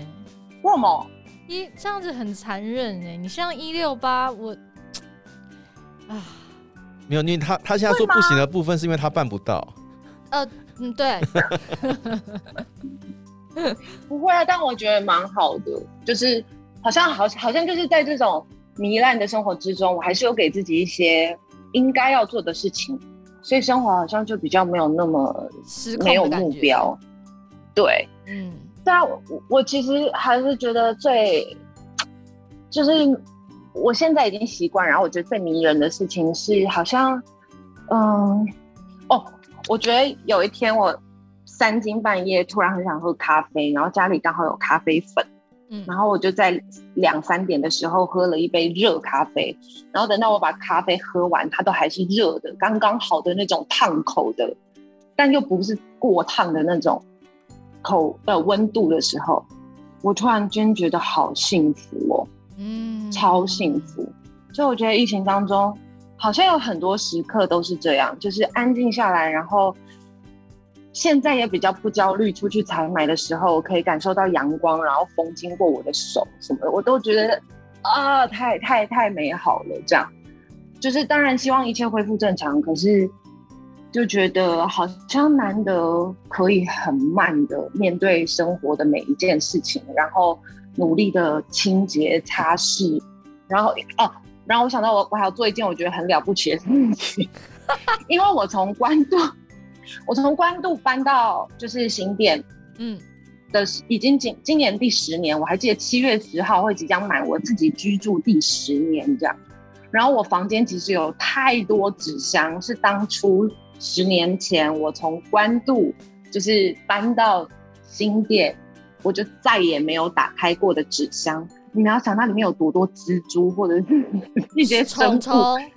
哇么？
一这样子很残忍哎、你像一六八，我 (sniffs) 啊，
没有，因为他他现在说不行的部分是因为他办不到。
嗯，
(laughs)
对，
不会啊，但我觉得蛮好的，就是好像好好像就是在这种糜烂的生活之中，我还是有给自己一些应该要做的事情，所以生活好像就比较没有那么
失
没有
控的
目
感觉。
标。对，
嗯，
但我我其实还是觉得最，就是我现在已经习惯，然后我觉得最迷人的事情是，好像，嗯，哦，我觉得有一天我三更半夜突然很想喝咖啡，然后家里刚好有咖啡粉，
嗯
然后我就在两三点的时候喝了一杯热咖啡，然后等到我把咖啡喝完，它都还是热的，刚刚好的那种烫口的，但又不是过烫的那种口呃温度的时候，我突然间觉得好幸福哦，
嗯，
超幸福。所以我觉得疫情当中，好像有很多时刻都是这样，就是安静下来，然后现在也比较不焦虑。出去采买的时候，可以感受到阳光，然后风经过我的手什么的，我都觉得啊，太太太美好了。这样，就是当然希望一切恢复正常，可是就觉得好像难得可以很慢的面对生活的每一件事情，然后努力的清洁擦拭，然后哦。然后我想到我我还要做一件我觉得很了不起的事情， (laughs) 因为我从关渡，我从关渡搬到就是新店
嗯
的，已经今今年第十年，我还记得七月十号会即将满我自己居住第十年这样。然后我房间其实有太多纸箱，是当初十年前我从关渡就是搬到新店，我就再也没有打开过的纸箱。你们要想那里面有多多蜘蛛，或者是 (laughs) 一些生
虫
物，
虫，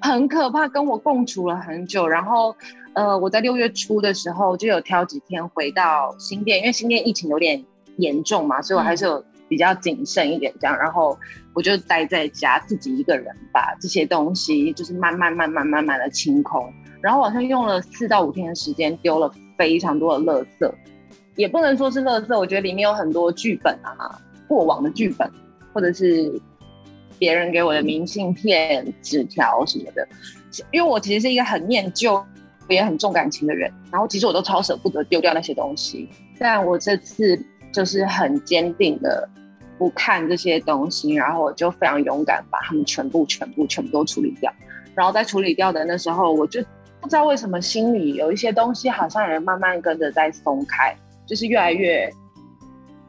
很可怕，跟我共处了很久。然后，呃，我在六月初的时候就有挑几天回到新店，因为新店疫情有点严重嘛，所以我还是有比较谨慎一点这样。然后我就待在家，自己一个人把这些东西就是慢慢慢慢慢慢的清空。然后我好像用了四到五天的时间，丢了非常多的垃圾，也不能说是垃圾，我觉得里面有很多剧本啊，过往的剧本，或者是别人给我的明信片、纸条什么的。因为我其实是一个很念旧，也很重感情的人，然后其实我都超舍不得丢掉那些东西，但我这次就是很坚定的不看这些东西，然后我就非常勇敢把它们全部、全部、全部都处理掉。然后在处理掉的那时候，我就不知道为什么心里有一些东西好像也慢慢跟着在松开，就是越来越，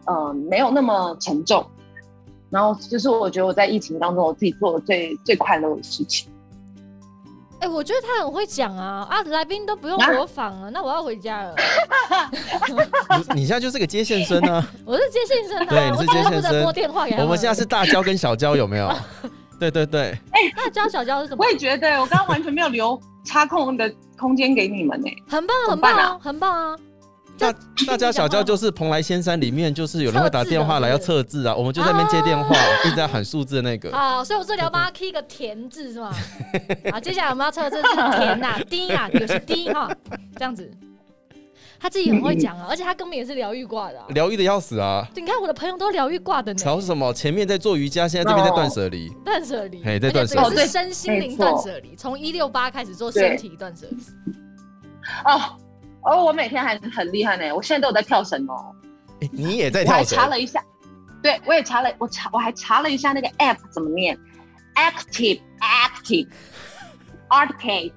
嗯、没有那么沉重。然后就是我觉得我在疫情当中，我自己做的最最快乐的事情。
哎、我觉得他很会讲啊啊，来宾都不用
啊
模仿了，那我要回家了。
你你现在就是个接线生
(laughs)
啊！
我是接线生
对
啊，
你
我
是
不
接
得
线
不
生
得拨电话给他
我
们。
们现在是大娇跟小娇有
(laughs)
没有？对对对，
大娇小娇是什么
我？也觉得，我刚刚完全没有 (laughs) 留插空的空间给你们呢、
很棒，
怎
很
么办
棒
啊
啊，很棒啊！
大大娇小娇就是蓬莱仙山里面就是有人会打电话来要测字啊，我们就在那边接电话，
啊
一直在喊数字的那个。
啊，所以我这里要帮他 key 一个田字
(laughs)
是吗？好，接下来我们要测这是田呐、滴啊，有些滴哈，这样子。他自己很会讲啊，而且他根本也是疗愈挂的、啊。
疗愈的要死啊！
你看我的朋友都疗愈挂的呢，
吵什么？前面在做瑜伽，现在这边在断舍离。
啊
断舍离，
嘿
而
在
且这
断舍离
个是身心灵
哦对
断舍离，从一六八开始做身体断舍离。
哦哦，我每天还很厉害呢、我现在都有在跳绳哦、
诶你也在
我还
跳绳
查？了一下，对我也查了，我查我还查了一下那个 app 怎么念，active active (laughs) arcade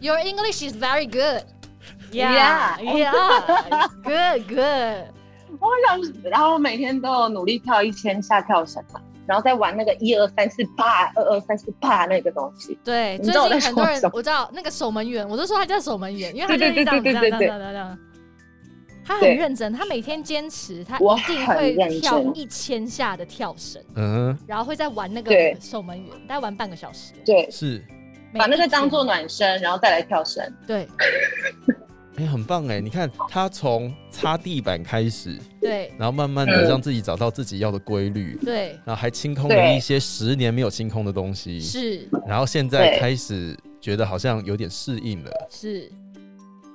Your English is very good.
Yeah.
Yeah, yeah, good, good.
我想，然后每天都有努力跳一千下跳绳嘛，啊然后再玩那个一二三四八二二三四八那个东西。
对，
你
最
知道我
近
在
很多
说
人
什么
我知道那个守门员，我就说他叫守门员，因为他就
对
是
对
这样这
对
样
对
这样这
对
样这样。他很
对
认真，他每天坚持，他
我
一定
很
会
认
跳
真
一千下的跳绳，
嗯哼，
然后会再玩那
对
个守门员，大概玩半个小时。
对，
是，
每
把那
一
个
局
当做暖身，然后再来跳绳。
对
哎、很棒哎！你看他从擦地板开始，
对
然后慢慢的
嗯
让自己找到自己要的规律，
对
然后还清空了
对
一些十年没有清空的东西，
是
然后现在
对
开始觉得好像有点适应了。
是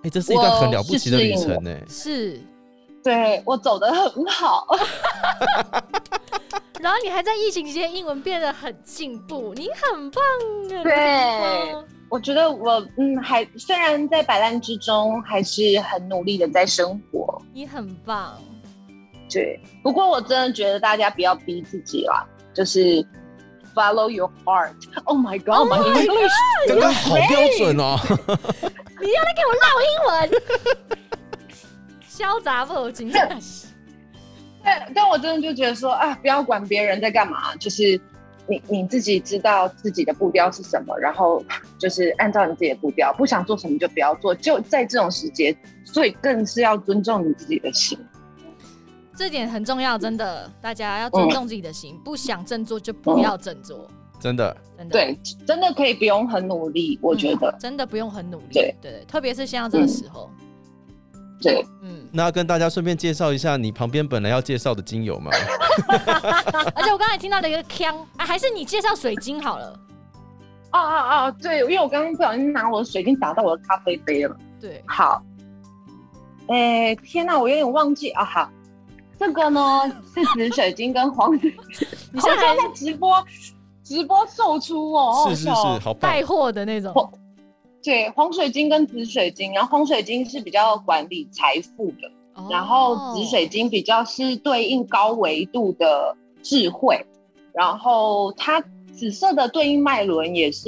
哎、这是一段
我
很了不
是
起的
适
旅
应
程
了
呢、
是，
对我走的很好， (laughs)
然后你还在疫情期间英文变得很进步，你很棒啊！
对我觉得我嗯还虽然在摆烂之中，还是很努力的在生活。
你很棒，
对，不过我真的觉得大家不要逼自己啦，就是 follow your heart。Oh my god,
哦
my English！
刚刚好标准哦、
你要来给我唠英文， (laughs) 潇洒不惊讶是
但但我真的就觉得说啊，不要管别人在干嘛，就是你你自己知道自己的步调是什么，然后就是按照你自己的步调，不想做什么就不要做。就在这种时节，所以更是要尊重你自己的心。
这点很重要，真的，大家要尊重自己的
嗯
心，不想振作就不要振作，
(laughs) 真的，
真的。
对，真的可以不用很努力，我觉得、
嗯真的不用很努力，
对
对，特别是现在这个时候，
对。
嗯，
那跟大家顺便介绍一下你旁边本来要介绍的精油嘛，
而且我刚才听到了一个腔啊，还是你介绍水晶好了，
哦哦哦，对，因为我刚刚不小心拿我的水晶打到我的咖啡杯了。
对，
好，哎，天哪，我有点忘记啊。好，这个呢是紫水晶跟黄紫，
你
好
现在
像
还
在直播直播售出哦，好好
是是是，
笑哦
好棒
带，货的那种，
哦对，黄水晶跟紫水晶，然后黄水晶是比较管理财富的，
哦
然后紫水晶比较是对应高维度的智慧，然后它紫色的对应脉轮也是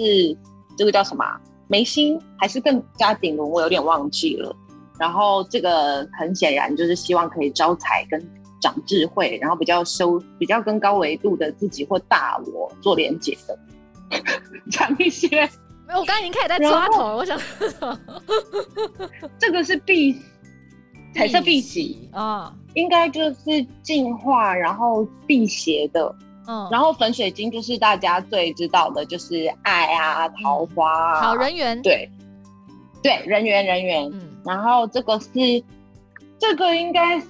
这个叫什么啊眉心还是更加顶轮，我有点忘记了。然后这个很显然就是希望可以招财跟长智慧，然后比较收比较跟高维度的自己或大我做连接的， (laughs) 讲一些
没有，我刚才已经开始在抓头了，我想
这个是必彩色碧玺。
啊，
应该就是净化，然后辟邪的。
嗯，
然后粉水晶就是大家最知道的，就是爱啊、桃花啊，
嗯好人缘，，
对对人缘人缘。
嗯，
然后这个是这个应该是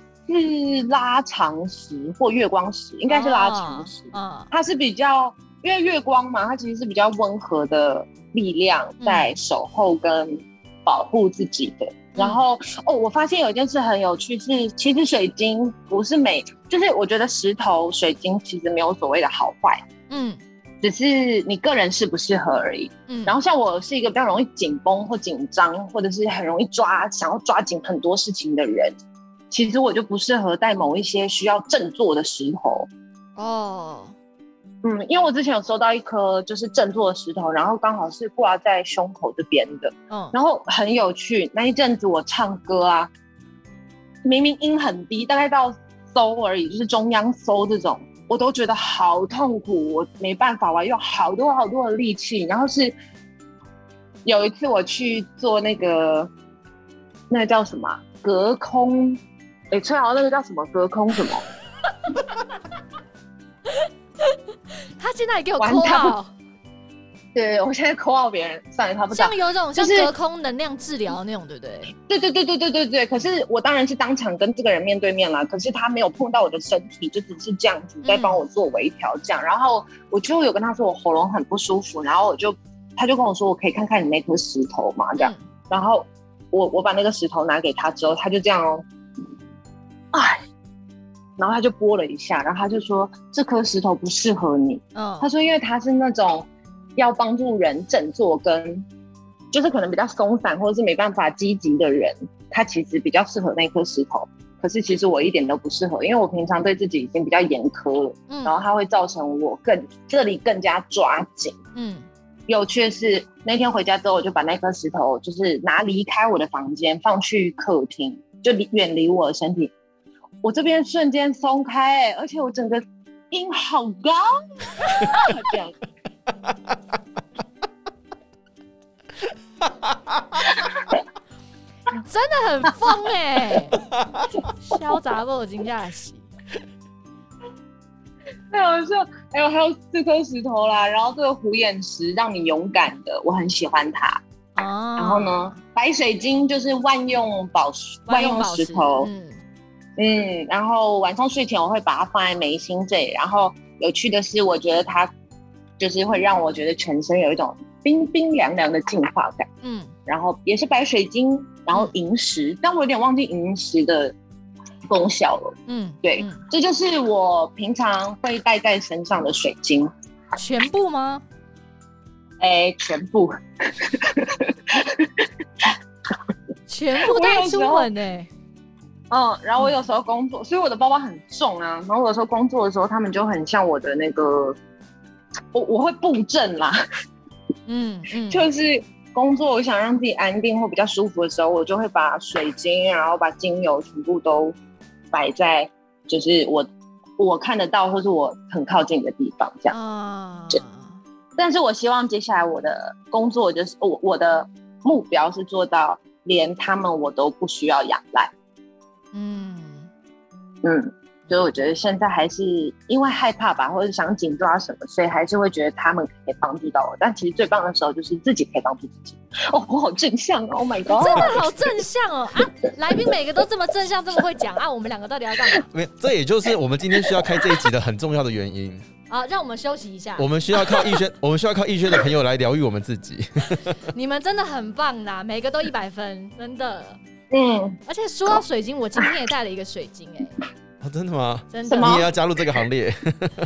拉长石或月光石，应
应
该是拉长石。
嗯
它是比较因为月光嘛，它其实是比较温和的力量在守候跟保护自己的。然后哦，我发现有一件事很有趣是，其实水晶不是每，就是我觉得石头、水晶其实没有所谓的好坏，
嗯
只是你个人适不适合而已。
嗯，
然后像我是一个比较容易紧绷或紧张，或者是很容易抓想要抓紧很多事情的人，其实我就不适合带某一些需要振作的石头。
哦，
嗯，因为我之前有收到一颗就是振作的石头，然后刚好是挂在胸口这边的，
嗯，
然后很有趣。那一阵子我唱歌啊，明明音很低，大概到搜而已，就是中央搜这种，我都觉得好痛苦，我没办法，我要用好多好多的力气。然后是有一次我去做那个那个叫什么啊隔空，哎、崔豪那个叫什么隔空什么？
他现在也给我
完
扣
蛋
到，
对，我现在扣到别人，算了，他不知道
像。有一种像
就是嗯
隔空能量治疗那种，对不对？
对对对对对对对，可是我当然是当场跟这个人面对面啦，可是他没有碰到我的身体，就只是这样子在帮我做微调这样。然后我就有跟他说我喉咙很不舒服，然后我就他就跟我说我可以看看你那颗石头嘛这样。
嗯
然后我我把那个石头拿给他之后，他就这样哦，哎，然后他就拨了一下，然后他就说这颗石头不适合你。
嗯，
他说，因为他是那种要帮助人振作跟，就是可能比较松散或者是没办法积极的人，他其实比较适合那颗石头。可是其实我一点都不适合，因为我平常对自己已经比较严苛了，然后
嗯
它会造成我更这里更加抓紧。
嗯，
有趣的是，那天回家之后，我就把那颗石头就是拿离开我的房间，放去客厅，就离远离我的身体。我这边瞬间松开、欸而且我整个音好高， (laughs) 这样
你真的很疯哎、
(laughs)
潇洒我惊讶喜，
太好笑。还有还有这颗石头啦，然后这个虎眼石让你勇敢的，我很喜欢它。
哦，
然后呢，白水晶就是万用宝石，万用
宝
石头。
嗯，
嗯，然后晚上睡前我会把它放在眉心这里。然后有趣的是，我觉得它就是会让我觉得全身有一种冰冰凉凉的净化感。
嗯，
然后也是白水晶，然后银石，但我有点忘记银石的功效了。
嗯，
对
嗯
这就是我平常会带在身上的水晶，
全部吗？
哎，全部。
全部带出门哎、
嗯，然后我有时候工作，所以我的包包很重啊。然后我有时候工作的时候，他们就很像我的那个，我我会布阵啦，
嗯嗯，
就是工作我想让自己安定或比较舒服的时候，我就会把水晶，然后把精油全部都摆在就是我我看得到或是我很靠近的地方这样。
啊，
但是我希望接下来我的工作就是我我的目标是做到连他们我都不需要仰赖。
嗯，
嗯，所以我觉得现在还是因为害怕吧，或者想紧抓什么，所以还是会觉得他们可以帮助到我。但其实最棒的时候就是自己可以帮助自己。哦，我好正向哦！Oh
真
my god！
的好正向哦啊！来宾每个都这么正向，这么会讲啊，我们两个到底要干嘛？
没有，这也就是我们今天需要开这一集的很重要的原
(laughs)
因。
啊，让我们休息一下
我。们需要靠逸轩， (laughs) 我们需要靠逸轩的朋友来疗愈我们自己。 (laughs)
你们真的很棒啦，每个都一百
(laughs)
分，真的。
嗯，
而且说到水晶，我今天也带了一个水晶哎、
(laughs)
哦，真的吗？
真
什
的
么
你也要加入这个行列？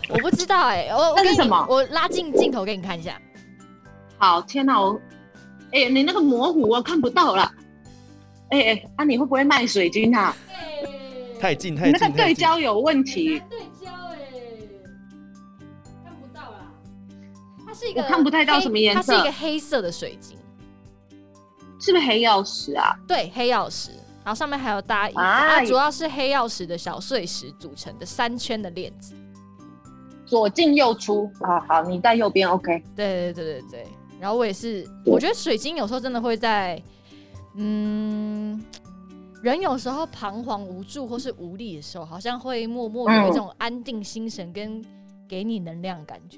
我不知道哎、我我
那是
给你
什么
我拉近镜头给你看一下，
好，天哪，我，哎、你那个模糊我看不到了。哎、哎、啊，你会不会卖水晶啊？
太近太
你
近，
(laughs) 那个
太
对
近
焦有问题，
对焦哎、看不到啦。它是一
个我看不太到什么颜色
它是一个黑色的水晶，
是不是黑曜石啊？
对，黑曜石，然后上面还有搭一个，啊
哎
它主要是黑曜石的小碎石组成的三圈的链子。
左进右出啊，好，你在右边，OK。
对对对对对。然后我也是，
对
我觉得水晶有时候真的会在，嗯，人有时候彷徨无助或是无力的时候，好像会默默
嗯
有一种安定心神跟给你能量的感觉。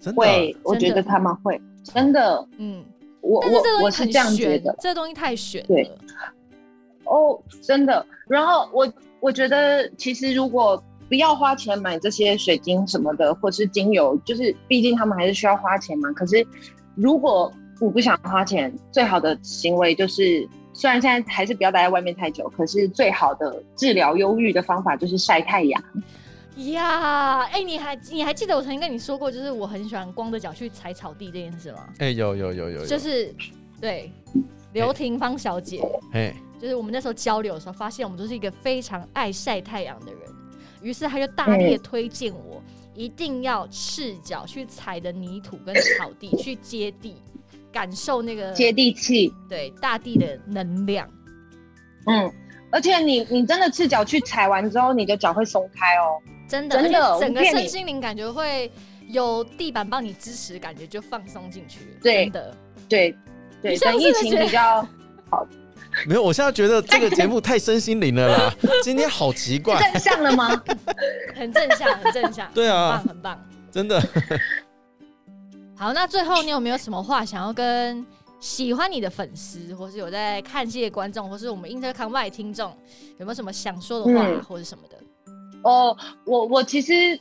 真的啊
会，我觉
真
得
的
他们会，真的，
嗯，
我
但是这
我
东
我
西
是
很
这样觉
玄
得，
这东西太玄
对
了。
哦，真的。然后我我觉得，其实如果不要花钱买这些水晶什么的，或是精油，就是毕竟他们还是需要花钱嘛。可是如果我不想花钱，最好的行为就是，虽然现在还是不要待在外面太久，可是最好的治疗忧郁的方法就是晒太阳。
呀，哎、你还你还记得我曾经跟你说过，就是我很喜欢光着脚去踩草地这件事吗？
哎、有有有有有，
就是对刘廷芳小姐，
哎，
就是我们那时候交流的时候，发现我们都是一个非常爱晒太阳的人，于是她就大力的推荐我。一定要赤脚去踩的泥土跟草地，去接地，感受那个
接地气。
对大地的能量。
嗯，而且你你真的赤脚去踩完之后，你的脚会松开哦。
真的，
真的
而且
我
整个
骗
身
你
心灵感觉会有地板帮你支持，感觉就放松进去了。
对
真的，
对对，
你是不
等
是
疫情
觉得
比较。
没有，我现在觉得这个节目太身心灵了
(laughs)
啦，今天好奇怪，
正向了吗？
很正向，很正向，
(laughs) 对啊
很棒，很棒。
真的。
好，那最后你有没有什么话想要跟喜欢你的粉丝，或是有在看戏的观众，或是我们 Intercom 外听众，有没有什么想说的话、
嗯
或者什么的？
哦，我我其实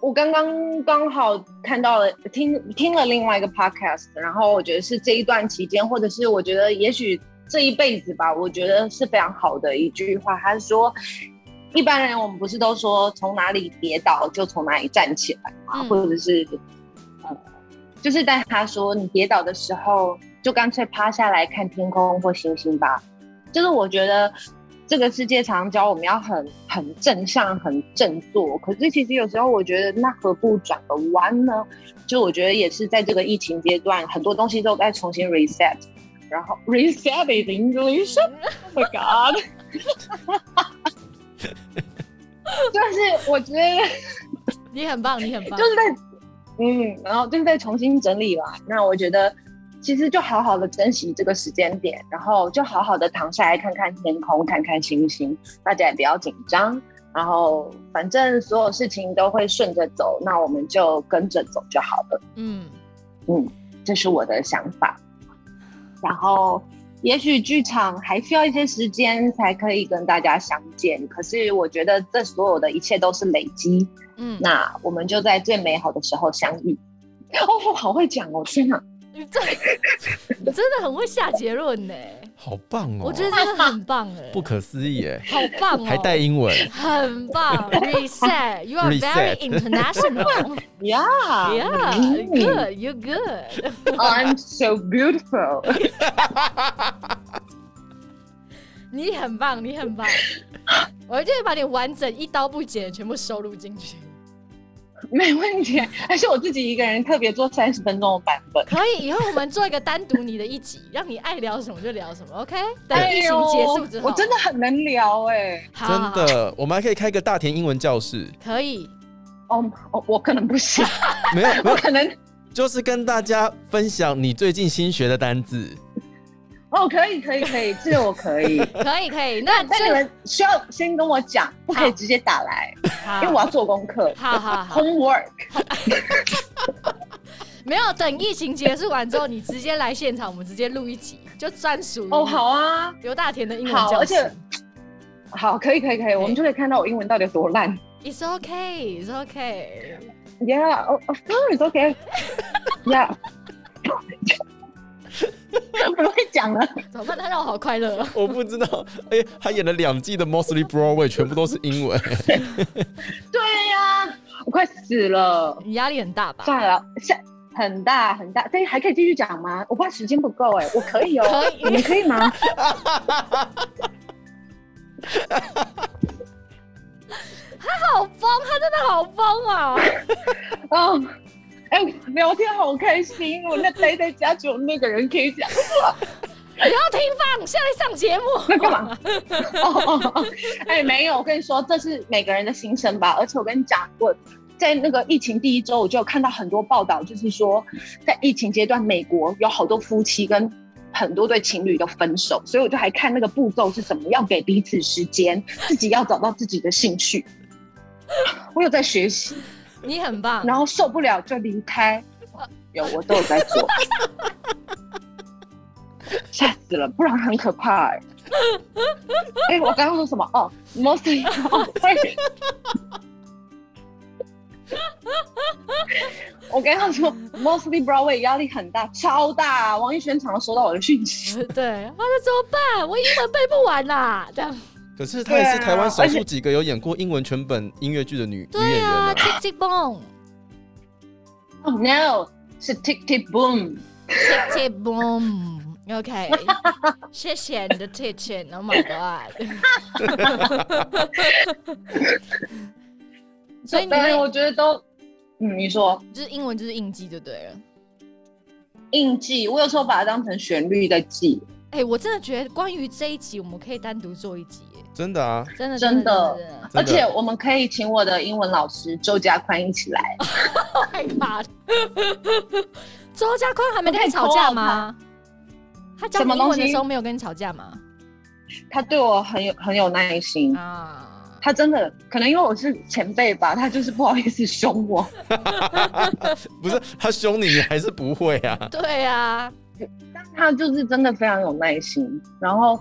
我刚刚刚好看到了听听了另外一个 podcast，然后我觉得是这一段期间，或者是我觉得也许这一辈子吧，我觉得是非常好的一句话。他说，一般人我们不是都说从哪里跌倒就从哪里站起来吗？
嗯
或者是呃，就是但他说你跌倒的时候就干脆趴下来看天空或星星吧。就是我觉得这个世界常教我们要很很正向、很振作，可是其实有时候我觉得那何不转个弯呢？就我觉得也是在这个疫情阶段，很多东西都在重新 reset，然后 reset is English。Oh my god！就是我觉得
你你很棒，你很棒，
就是在嗯，然后就是再重新整理吧。那我觉得其实就好好的珍惜这个时间点，然后就好好的躺下来看看天空，看看星星，大家也不要紧张。然后反正所有事情都会顺着走，那我们就跟着走就好了。
嗯，
嗯，这是我的想法。然后，也许剧场还需要一些时间才可以跟大家相见，可是我觉得这所有的一切都是累积，
嗯，
那我们就在最美好的时候相遇。哦，我好会讲哦，
(laughs)
天哪！
你这你真的很会下结论呢、
好棒哦！
我觉得真的很棒哎、
不可思议哎，
好棒哦，
还带英文，
很
(laughs)
棒，reset，you are very
Reset
international，yeah，good，you (laughs) good，you're
Yeah,
good，
I'm so beautiful 。 (laughs)
你很棒，你很棒，
(laughs)
我就会把你完整一刀不剪全部收录进去，
没问题，而且我自己一个人特别做三十分钟的版本。
可以，以后我们做一个单独你的一集，让你爱聊什么就聊什么，OK？等
哎
疫情
呦
结束之后，
我真的很能聊哎、
好好
真
好
的，我们还可以开个大田英文教室，
可以，
哦，我我可能不行，
没
(laughs)
有没
我
有，
可能
就是跟大家分享你最近新学的单字。
哦，可以可以可以，这个我可
(laughs)
以。
可以，可以，那
那你
这
们需要先跟我讲，不可以直接打来，因为我
好，
要做功课
好好好。
，homework。
没有，等疫情结束完之后，你直接来现场，我们直接录一集，就专属于
哦，好啊，
刘大田的英文
好
教
而
室。
且好，可以可以可以，我们就可以看到我英文到底有多烂。
It's okay, it's okay.
Yeah, o- of course, okay. Yeah. (laughs) 我不会讲了，
怎么办？他让我好快乐哦。
我不知道，哎、他演了两季的 Mostly Broadway，全部都是
(laughs)
英文。
对呀、我快死了，
你压力很大吧？
算了，下很大很大，但还可以继续讲吗？我怕时间不够哎、我可以哦、
可
你们
以，
可以吗？
好疯，他真的好疯啊！
啊，哎、聊天好开心哦！那待在家只有那个人可以讲话，
不要听放，下来上节目。
那干嘛？ (laughs) 哦哦哦！哎、没有，我跟你说，这是每个人的心声吧。而且我跟你讲，我在那个疫情第一周，我就有看到很多报道，就是说，在疫情阶段，美国有好多夫妻跟很多对情侣都分手，所以我就还看那个步骤是什么，要给彼此时间，自己要找到自己的兴趣。 (laughs) 我有在学习。
你很棒，
然后受不了就离开。有，我都有在
(laughs)
做，吓死了，不然很可怕哎、哎、我刚刚说什么？哦，mostly，哦，对。我刚刚说 mostly Broadway 压力很大，超大、王一轩常常收到我的讯息，
对，他说怎么办？我英文背不完啦。这样，
可是她也是台湾少
对啊而
数几个有演过英文全本音乐剧的女女演
对
员
啊
了。
，tick tick boom, 嗯
哦、no，是 tick tick boom。
tick tick boom. OK，谢谢你的 teaching. Oh my (laughs) god. 所以你
当然
会
我觉得都，嗯，你说
就是英文就是印记就对了。
印记，我有时候把它当成旋律在记。
哎、我真的觉得关于这一集，我们可以单独做一集耶，
真的啊， (laughs)
真的
真的
真的
真
而
的
且我们可以请我的英文老师周家宽一起来。
太怕了。周家宽还没跟你吵架吗？他教
什
你
么
英
东西
文的时候没有跟你吵架吗？
他对我很有很有耐心，
啊，
他真的可能因为我是前辈吧，他就是不好意思凶我。
不是她凶你，你还是不会啊。
对啊，
但他就是真的非常有耐心。然后，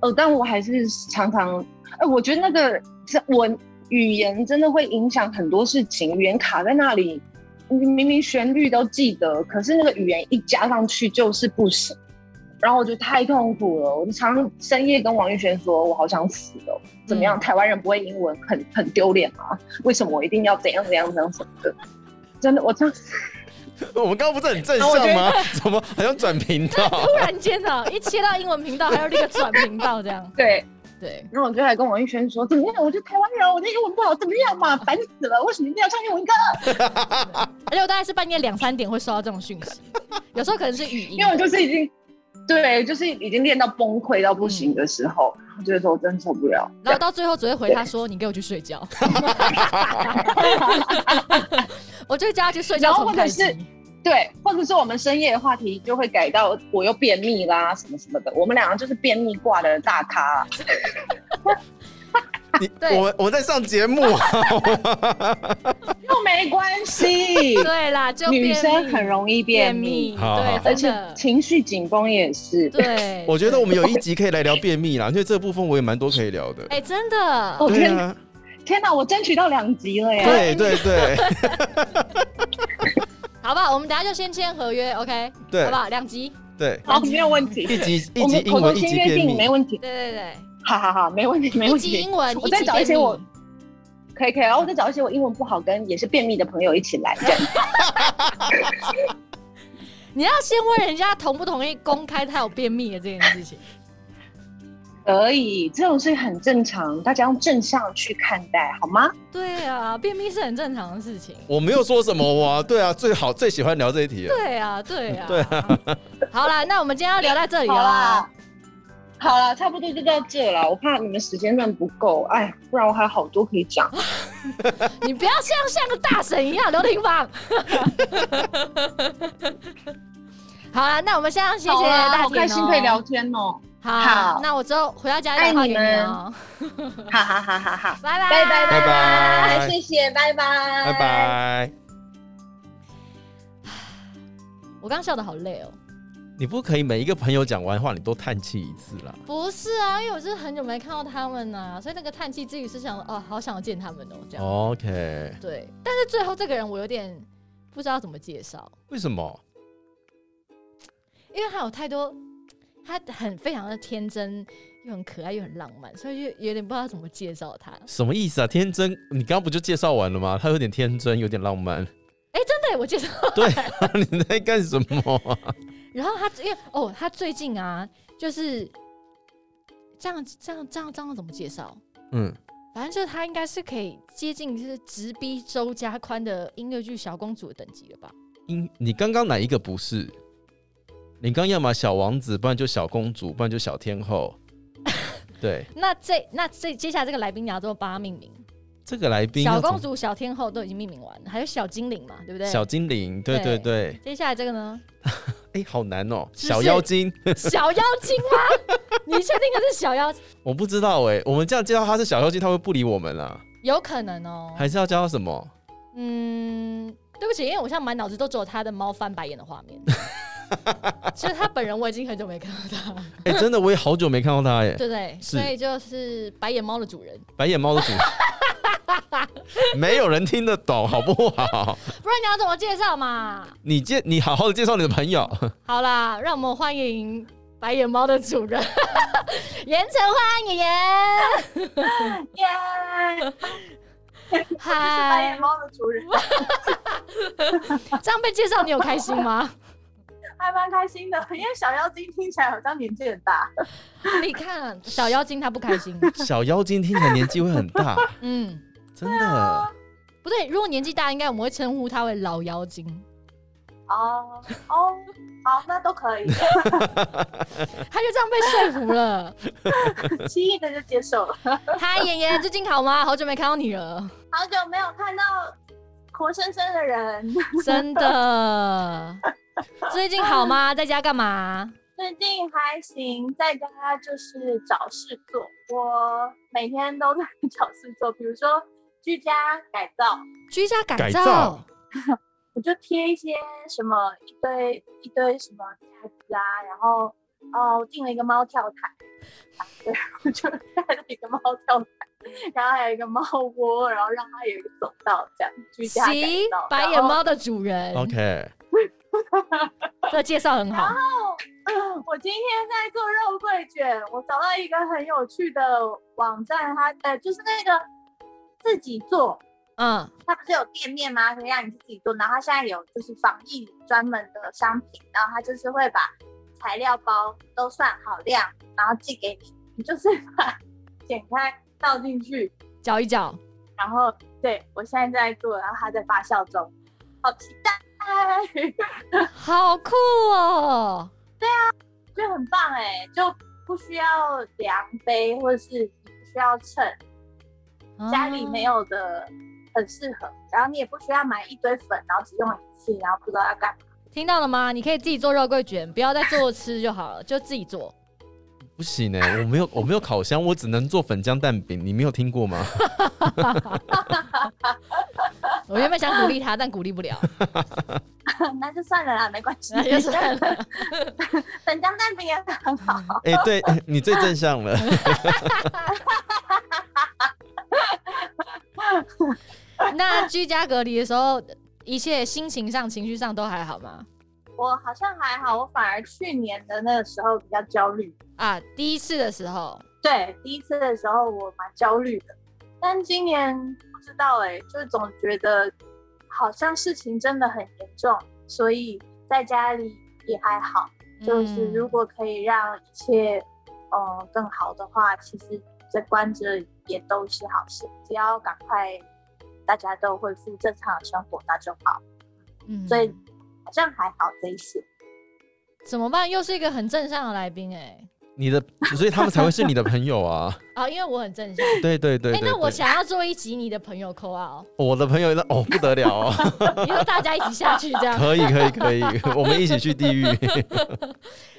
呃，但我还是常常，哎、我觉得那个这我语言真的会影响很多事情，语言卡在那里，你明明旋律都记得，可是那个语言一加上去就是不行。然后我就太痛苦了，我就常常深夜跟王玉轩说，我好想死哦，怎么
嗯
样？台湾人不会英文很很丢脸吗？为什么我一定要怎样怎样怎样怎么的？真的，我这样
我们刚刚不是很正
啊我觉
向
得
吗？ (laughs) 怎么好像转频
(laughs)
道？
突然间啊，一切到英文频道，还有立刻转频道这
(laughs)
样。
对。
对，
然后我就来跟王一轩说，怎么样？我是台湾人，我的英文不好，怎么样嘛？烦死了！为什么一定要唱英文歌？
而且我大概是半夜两三点会收到这种讯息，有时候可能是语音
因为我就是已经，对，就是已经练到崩溃到不行的时候，我觉得说我真受不了。
然后到最后只会回他说：“你给我去睡
(laughs)
觉。”我就叫他去睡觉
然后
重
或者
开机，
是对，或者是我们深夜的话题就会改到我又便秘啦，什么什么的。我们两个就是便秘挂的大咖、
你
对。
我我在上节目啊，
又没关系
(laughs) 对啦，就
女
便
生
秘
很容易便
便
秘，
秘，
好好
对，
而
真
且
的，
情绪紧绷也是。
对，
我觉得
对
我们有一集可以来聊便秘啦，因为 (laughs) 这部分我也蛮多可以聊的。
哎，真的，
哦
对
天
啊，
天哪，我争取到两集了耶！
对对
(laughs)
对
好吧，我们等下就先签合约，OK，好
对
不好？两集，
对，
好，没有问题。
一集一
我
集
们
英
口头
文，一
签
集
约
便
定
秘
没，问题，
对对对，
好好好，没问题，没
一
问
集
题
英。文，
我再
集
找一些
便
我
秘
可以可以，然后我再找一些我英文不好跟也是便秘的朋友一起来，这样 (laughs)
你要先问人家同不同意公开他有便秘的这件事
(laughs)
情。
可以，这种事很正常，大家用正向去看待，好吗？
对啊，便秘是很正常的事情。
我没有说什么哇，对啊，最好最喜欢聊这一题了。
对啊，对啊，
对
啊。好啦，那我们今天要聊到这里
好啊
啦
啦。，好啦，差不多就到这了。我怕你们时间段不够，哎，不然我还有好多可以讲。
你不要像像个大神一样，刘廷
(laughs)
芳。好啦，那我们先谢谢
好啦
大家、哦
好开心可以聊。天哦，
好，
好
那我之后回到家打电话给你哦。
哈哈哈
(laughs)
哈哈！
拜拜
拜拜
拜拜
拜，谢谢，拜
拜。
拜，
拜。
我刚刚笑的好累哦。
你不可以每一个朋友讲完话，你都叹气一次啦。
不是啊，因为我是很久没看到他们呐、所以那个叹气之语是想哦，好想见他们哦，这样。
OK，
对，但是最后这个人我有点不知道怎么介绍，
为什么？
因为他有太多，他很非常的天真，又很可爱，又很浪漫，所以就有点不知道怎么介绍他。
什么意思啊？天真，你刚刚不就介绍完了吗？他有点天真，有点浪
(laughs)
漫。
哎、真的耶，我介绍。 (laughs)
对啊，你在干什么啊、
然后他因为哦，他最近啊，就是这样这样这样这样怎么介绍？
嗯，
反正就是他应该是可以接近就是直逼周家宽的音乐剧《小公主》的等级了吧？
因你刚刚哪一个不是？你刚要么小王子，不然就小公主，不然就小天后。
(laughs)
对，
那这那这接下来这个来宾你要怎么帮他命名？
这个来宾
小
要怎么
公主、小天后都已经命名完了，还有小精灵嘛，对不对？
小精灵，对
对
对对，
接下来这个呢？
哎、好难哦、
是不是
小妖精， (laughs)
小妖精吗？你确定它是小妖？
我不知道哎、我们这样介绍他是小妖精，他会不理我们啦、
(laughs) 有可能哦。
还是要叫他什么？
嗯，对不起，因为我现在满脑子都只有他的猫翻白眼的画
(laughs)
面。其实他本人我已经很久没看到他，
哎、真的，我也好久没看到他耶、
对不对？
是
所以就是白眼猫的主人。
白眼猫的主
(laughs)
人没有人听得懂，好不好？ (laughs)
不然你要怎么介绍嘛？
你介你好好的介绍你的朋友， (laughs)
好啦，让我们欢迎白眼猫的主人 (laughs) 严承欢爷爷。
耶！
(laughs)
白眼
嗨，
猫的主人，
这样被介绍你有开心吗？
还蛮开心的，因为小妖精听起来好像年纪很大。
(laughs) 你看小妖精他不开心，
小妖精听起来年纪会很大，
(laughs) 嗯。
真的。
不对，如果年纪大，应该我们会称呼他为老妖精。
哦哦，好，那都可以，
他就这样被说服了。
轻易的就接受了。
(laughs) 嗨，妍妍，最近好吗？好久没看到你了，
好久没有看到活生生的人，
真 (laughs) 的。最近好吗？在家干嘛？
最近还行，在家就是找事做。我每天都在 (laughs) 找事做，比如说居家改造，
居家改造，
改造
我就贴一些什么一堆一堆什么架子啊，然后哦，我订了一个猫跳台，对，我就带了一个猫跳台，然后还有一个猫窝，然后让它有一个走道，这样居家改
行
造。，
白眼
然后
猫的主人，
OK，
这介绍很好。
哦我今天在做肉桂卷，我找到一个很有趣的网站，它呃就是那个自己做，
嗯，
它不是有店面吗？可以让你自己做，然后它现在有就是防疫专门的商品，然后它就是会把材料包都算好量，然后寄给你，你就是把剪开倒进去，
搅一搅。
然后对我现在在做，然后它在发酵中， (laughs) 好期待！
好酷哦！
觉得很棒哎、就不需要量杯或者是不需要秤，家里没
有，
有的很适合，然后你也不需要买一堆粉，然后只用一次，然后不知道要干嘛。
听到了吗？你可以自己做肉桂卷，不要再做吃就好了，就自己做。
不行哎、我没有我没有烤箱，我只能做粉浆蛋饼。你没有听过吗？ (laughs)
我原本想鼓励他，但鼓励不了，
(laughs) 那就算了啦，没关系。
那就算了。
(laughs) 粉浆蛋饼也很好，
哎、对、哎你最正向了。
(laughs)
(laughs)
那居家隔离的时候，一切心情上、情绪上都还好吗？
我好像还好，我反而去年的那个时候比较焦虑。
啊，第一次的时候，
对，第一次的时候我蛮焦虑的，但今年不知道哎、就总觉得好像事情真的很严重，所以在家里也还好。
嗯
就是如果可以让一切嗯、呃更好的话，其实这关着也都是好事，只要赶快大家都恢复正常的生活，那就好。
嗯，
所以好像还好这一次。
怎么办？又是一个很正向的来宾哎、
你的，所以他们才会是你的朋友啊！ (laughs)
啊，因为我很正向。
对对对
哎、
对对
那我想要做一集你的朋友扣啊，
我的朋友那哦不得
(laughs)
了哦，
以后大家一起下去这
(laughs)
样。
可以可以可以，我们一起
(laughs)
去地狱。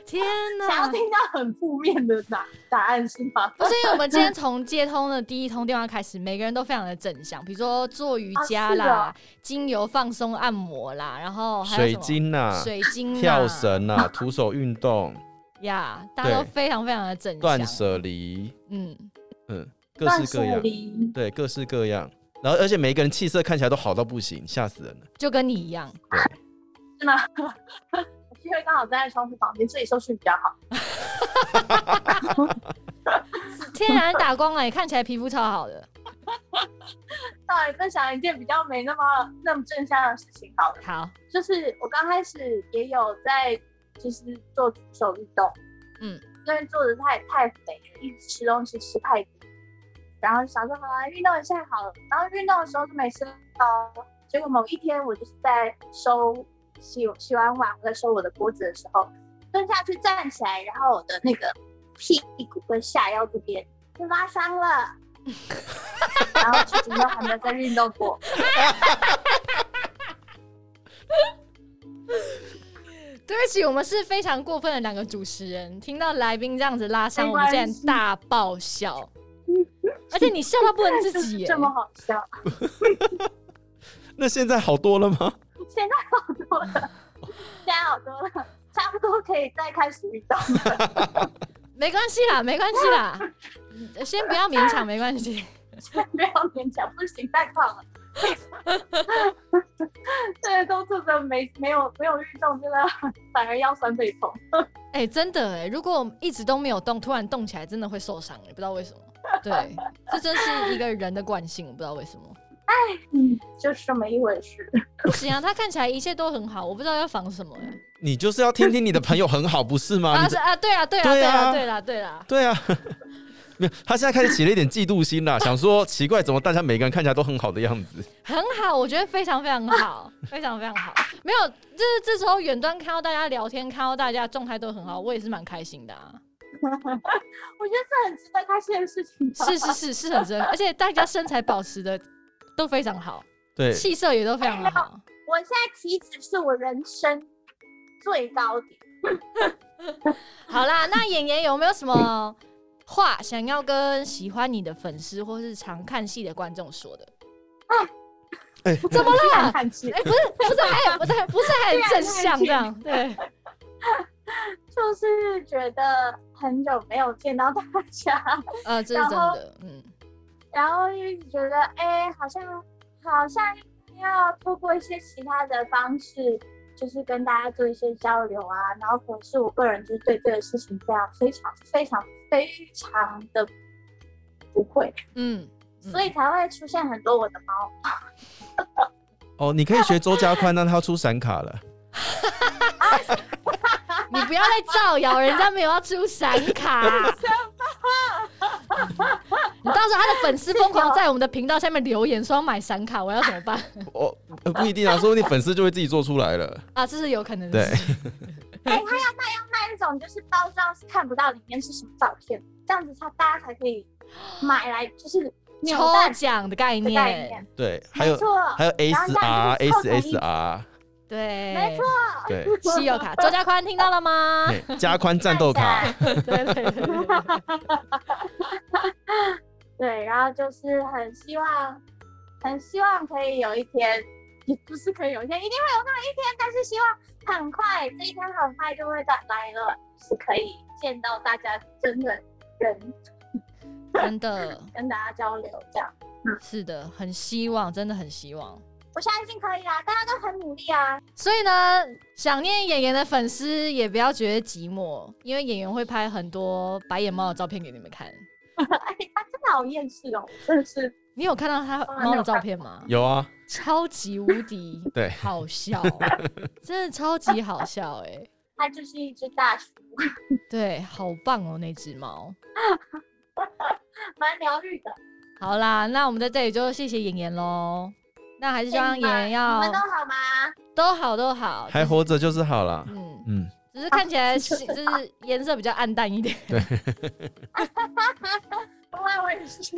天
嗯
想要
哪！
听到很负面的答答案是吗？
不是因为我们今天从接通的第一通电话开始，每个人都非常的正向，比如说做瑜伽啦、
啊
精油放松按摩啦，然后还有
水
什么、
晶呐、
水晶啊、
跳
(laughs)
绳呐、徒手运动、
呀大家都非常非常的正
断
向。
舍离，
嗯，
嗯， (laughs) 各式各样，
离
对，各式各样。然后而且每一个人气色看起来都好到不行，吓死人了。
就跟你一样，
是吗？ (laughs) 我因为刚好站在窗户旁边，所以收视比较好。
天然打光哎、看起来皮肤超好的。
到来分享一件比较没那么那么正向的事情好了，
好，
就是我刚开始也有在就是做徒手运动，
嗯，
因为做的太太肥了，一直吃东西吃太多，然后想说好来运动一下好了，然后运动的时候就没事哦，结果某一天我就是在收洗洗完碗我在收我的锅子的时候，蹲下去站起来，然后我的那个屁股跟下腰这边就拉伤
(laughs)
了。然后至今都还没有再运动过，
对不起，我们是非常过分的两个主持人，听到来宾这样子拉伤，
没
我们
关
竟然
系
大爆笑，而且你笑到不能自己耶
(laughs) 这么好笑，
那现在好多了吗？
现在好多
(laughs)
了，现在好多了，差不多可以再开始运动。
(laughs) 没关系啦，没关系
(laughs)
啦，嗯先不要勉强，没关系。
不要勉强，不行，太胖
(laughs)
了。这个工作真的没没有没有运动，真的反而腰酸背痛。
哎、真的哎、如果我们一直都没有动，突然动起来，真的会受伤，哎也不知道为什么。对，这真是一个人的惯性，我不知道为什么。
嗯，就是这么一回事。
不行啊，他看起来一切都很好，我不知道要防什么哎、
你就是要听听你的朋友很好，不是吗？
啊
你
是
这
啊，对啊，对啊，
对
对
啊
啊，对啦，对啦。
对啊， (laughs) 没有，他现在开始起了一点嫉妒心
(laughs)
啦，想说奇怪，怎么大家每个人看起来都很好的样子？
很好，我觉得非常非常好，非常非常好。没有，就是这时候远端看到大家聊天，看到大家状态都很好，我也是蛮开心的啊。
我觉得这很值得开心的事情。
是是是是很真，而且大家身材保持的都非常好，
对，
气色也都非常的好。
我现在体脂是我人生最高点。
好啦，那演员有没有什么话想要跟喜欢你的粉丝或是常看戏的观众
(laughs)
说的？
哎、
怎么了？
看起
哎、不是不是，哎、不是不是，还很正向这样，对，
(laughs) 就是觉得很久没有见到大家，
呃，这是真的，嗯，
然后一直觉得哎、好像好像要透过一些其他的方式，就是跟大家做一些交流啊。然后可是我个人就是对这个事情非常非常非常非常的不会，
嗯，嗯
所以才会出现很多我的猫。
哦，你可以学周家宽，让他出闪卡
(laughs)
了。
你不要再造谣，人家没有要出闪
(laughs)
卡。你到时候他的粉丝疯狂在我们的频道下面留言说要买闪卡，我要怎么
(laughs)
办
哦，呃不一定啊，说不定粉丝就会自己做出来了。
啊？这是有可能的事情。
哎、他要卖要卖种就是包装是看不到里面是什么照片，这样子它大家才可以买来就是扭蛋
抽奖的概
的
念，
概念。
对，还
没
有
错，
还有
然后大
SR
家就是凑成一起
SSR，
对，
没错，
对，
(laughs)
稀有卡，周家宽听到了吗？
嘿加宽战斗卡，
对对对对对对
对，然后就是很希望，很希望可以有一天，也不是可以有一天，一定会有那么一天，但是希望很快，这一天很快就会到来了，是可以见到大家真的人，
真的
跟大家交流这样。
是的，很希望，真的很希望。
我相信可以啦，大家都很努力啊。 (laughs)
所以呢，想念演员的粉丝也不要觉得寂寞，因为演员会拍很多白眼猫的照片给你们看。
哎，他真的好厌世哦，真的是。
你有看到他
啊
猫
那
的
我
照
看
片吗？
有啊，
超级无敌
(laughs) 对
好笑，真的超级好笑哎、
他就是一只大熊，
对，好棒哦那只猫。
蛮疗愈的。
好啦，那我们在这里就谢谢妍妍喽。那还是希望
你
妍
们
妍要
你们都好吗？
都好都好，
还
就是
活着就是好啦。
嗯，
嗯，
只是看起来是就是颜色比较暗淡一点。
我我也是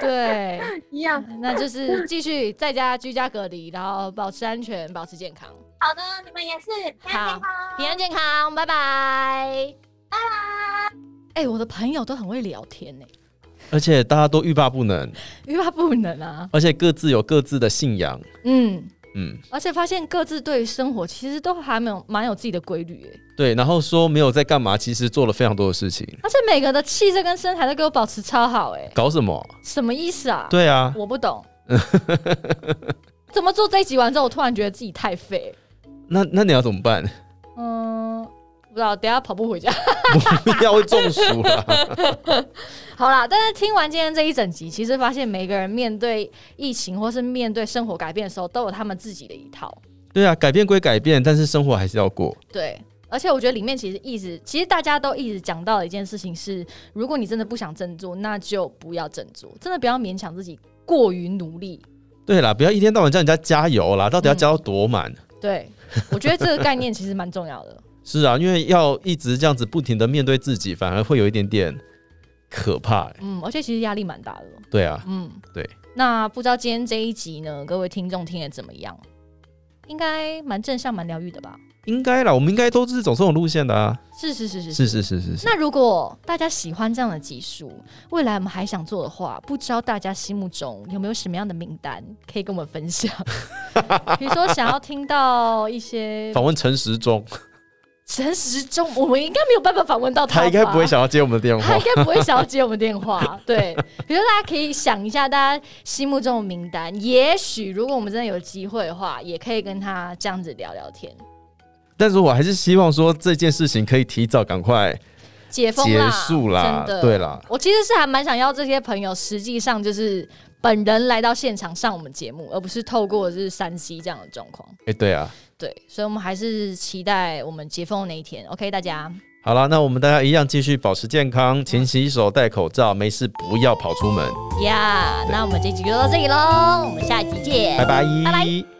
对，
一样。
那就是继续在家居家隔离，然后保持安全，保持健康，
好的，你们也是，平安
好
健康，
平安健康，拜拜。
拜拜。
哎、我的朋友都很会聊天呢、
而且大家都欲罢不能，
欲罢不能啊。
而且各自有各自的信仰。
嗯，
嗯，
而且发现各自对生活其实都还蛮有蛮有自己的规律耶、
对，然后说没有在干嘛，其实做了非常多的事情。
而且每个的气色跟身材都给我保持超好哎、
搞什么？
什么意思啊？
对啊，
我不懂。
(laughs)
怎么做这一集完之后，我突然觉得自己太废。
那那你要怎么办？
嗯，不知道，等一下跑步回家。 (laughs)
不要会中暑
啊
了。
好啦，但是听完今天这一整集，其实发现每个人面对疫情或是面对生活改变的时候，都有他们自己的一套。
(laughs) 对啊，改变归改变，但是生活还是要过。
对，而且我觉得里面其实一直，其实大家都一直讲到的一件事情是，如果你真的不想振作，那就不要振作，真的不要勉强自己过于努力。
对啦，不要一天到晚叫人家加油啦，到底要加到多满？
嗯对，我觉得这个概念其实蛮重要的。
是啊，因为要一直这样子不停的面对自己，反而会有一点点可怕、欸。
嗯，而且其实压力蛮大的。
对啊，
(laughs) 嗯，
对。
那不知道今天这一集呢，各位听众听得怎么样？应该蛮正向、蛮疗愈的吧？
应该啦，我们应该都是走这种路线的啊。
是是是是
是是是是是，
那如果大家喜欢这样的集数，未来我们还想做的话，不知道大家心目中有没有什么样的名单可以跟我们分
(laughs)
享？比如说想要听到一些
访问陈时中，
陈时中，我们应该没有办法访问到
他
吧
应该不会。想要接我们的电
他
话
应。该不会想要接我们电话， (laughs) 对。比如说大家可以想一下大家心目中的名单，也许如果我们真的有机会的话，也可以跟他这样子聊聊天，
但是我还是希望说这件事情可以提早赶快。
解封啦，
结束啦
真的，
对啦
我其实是还蛮想要这些朋友，实际上就是本人来到现场上我们节目，而不是透过就是三 C 这样的状况。
哎、对啊，
对，所以我们还是期待我们解封的那一天。OK，大家
好啦，那我们大家一样继续保持健康，勤洗手，戴口罩，没事不要跑出门。
呀那我们这集就到这里喽，我们下一集见，
拜拜，
拜拜。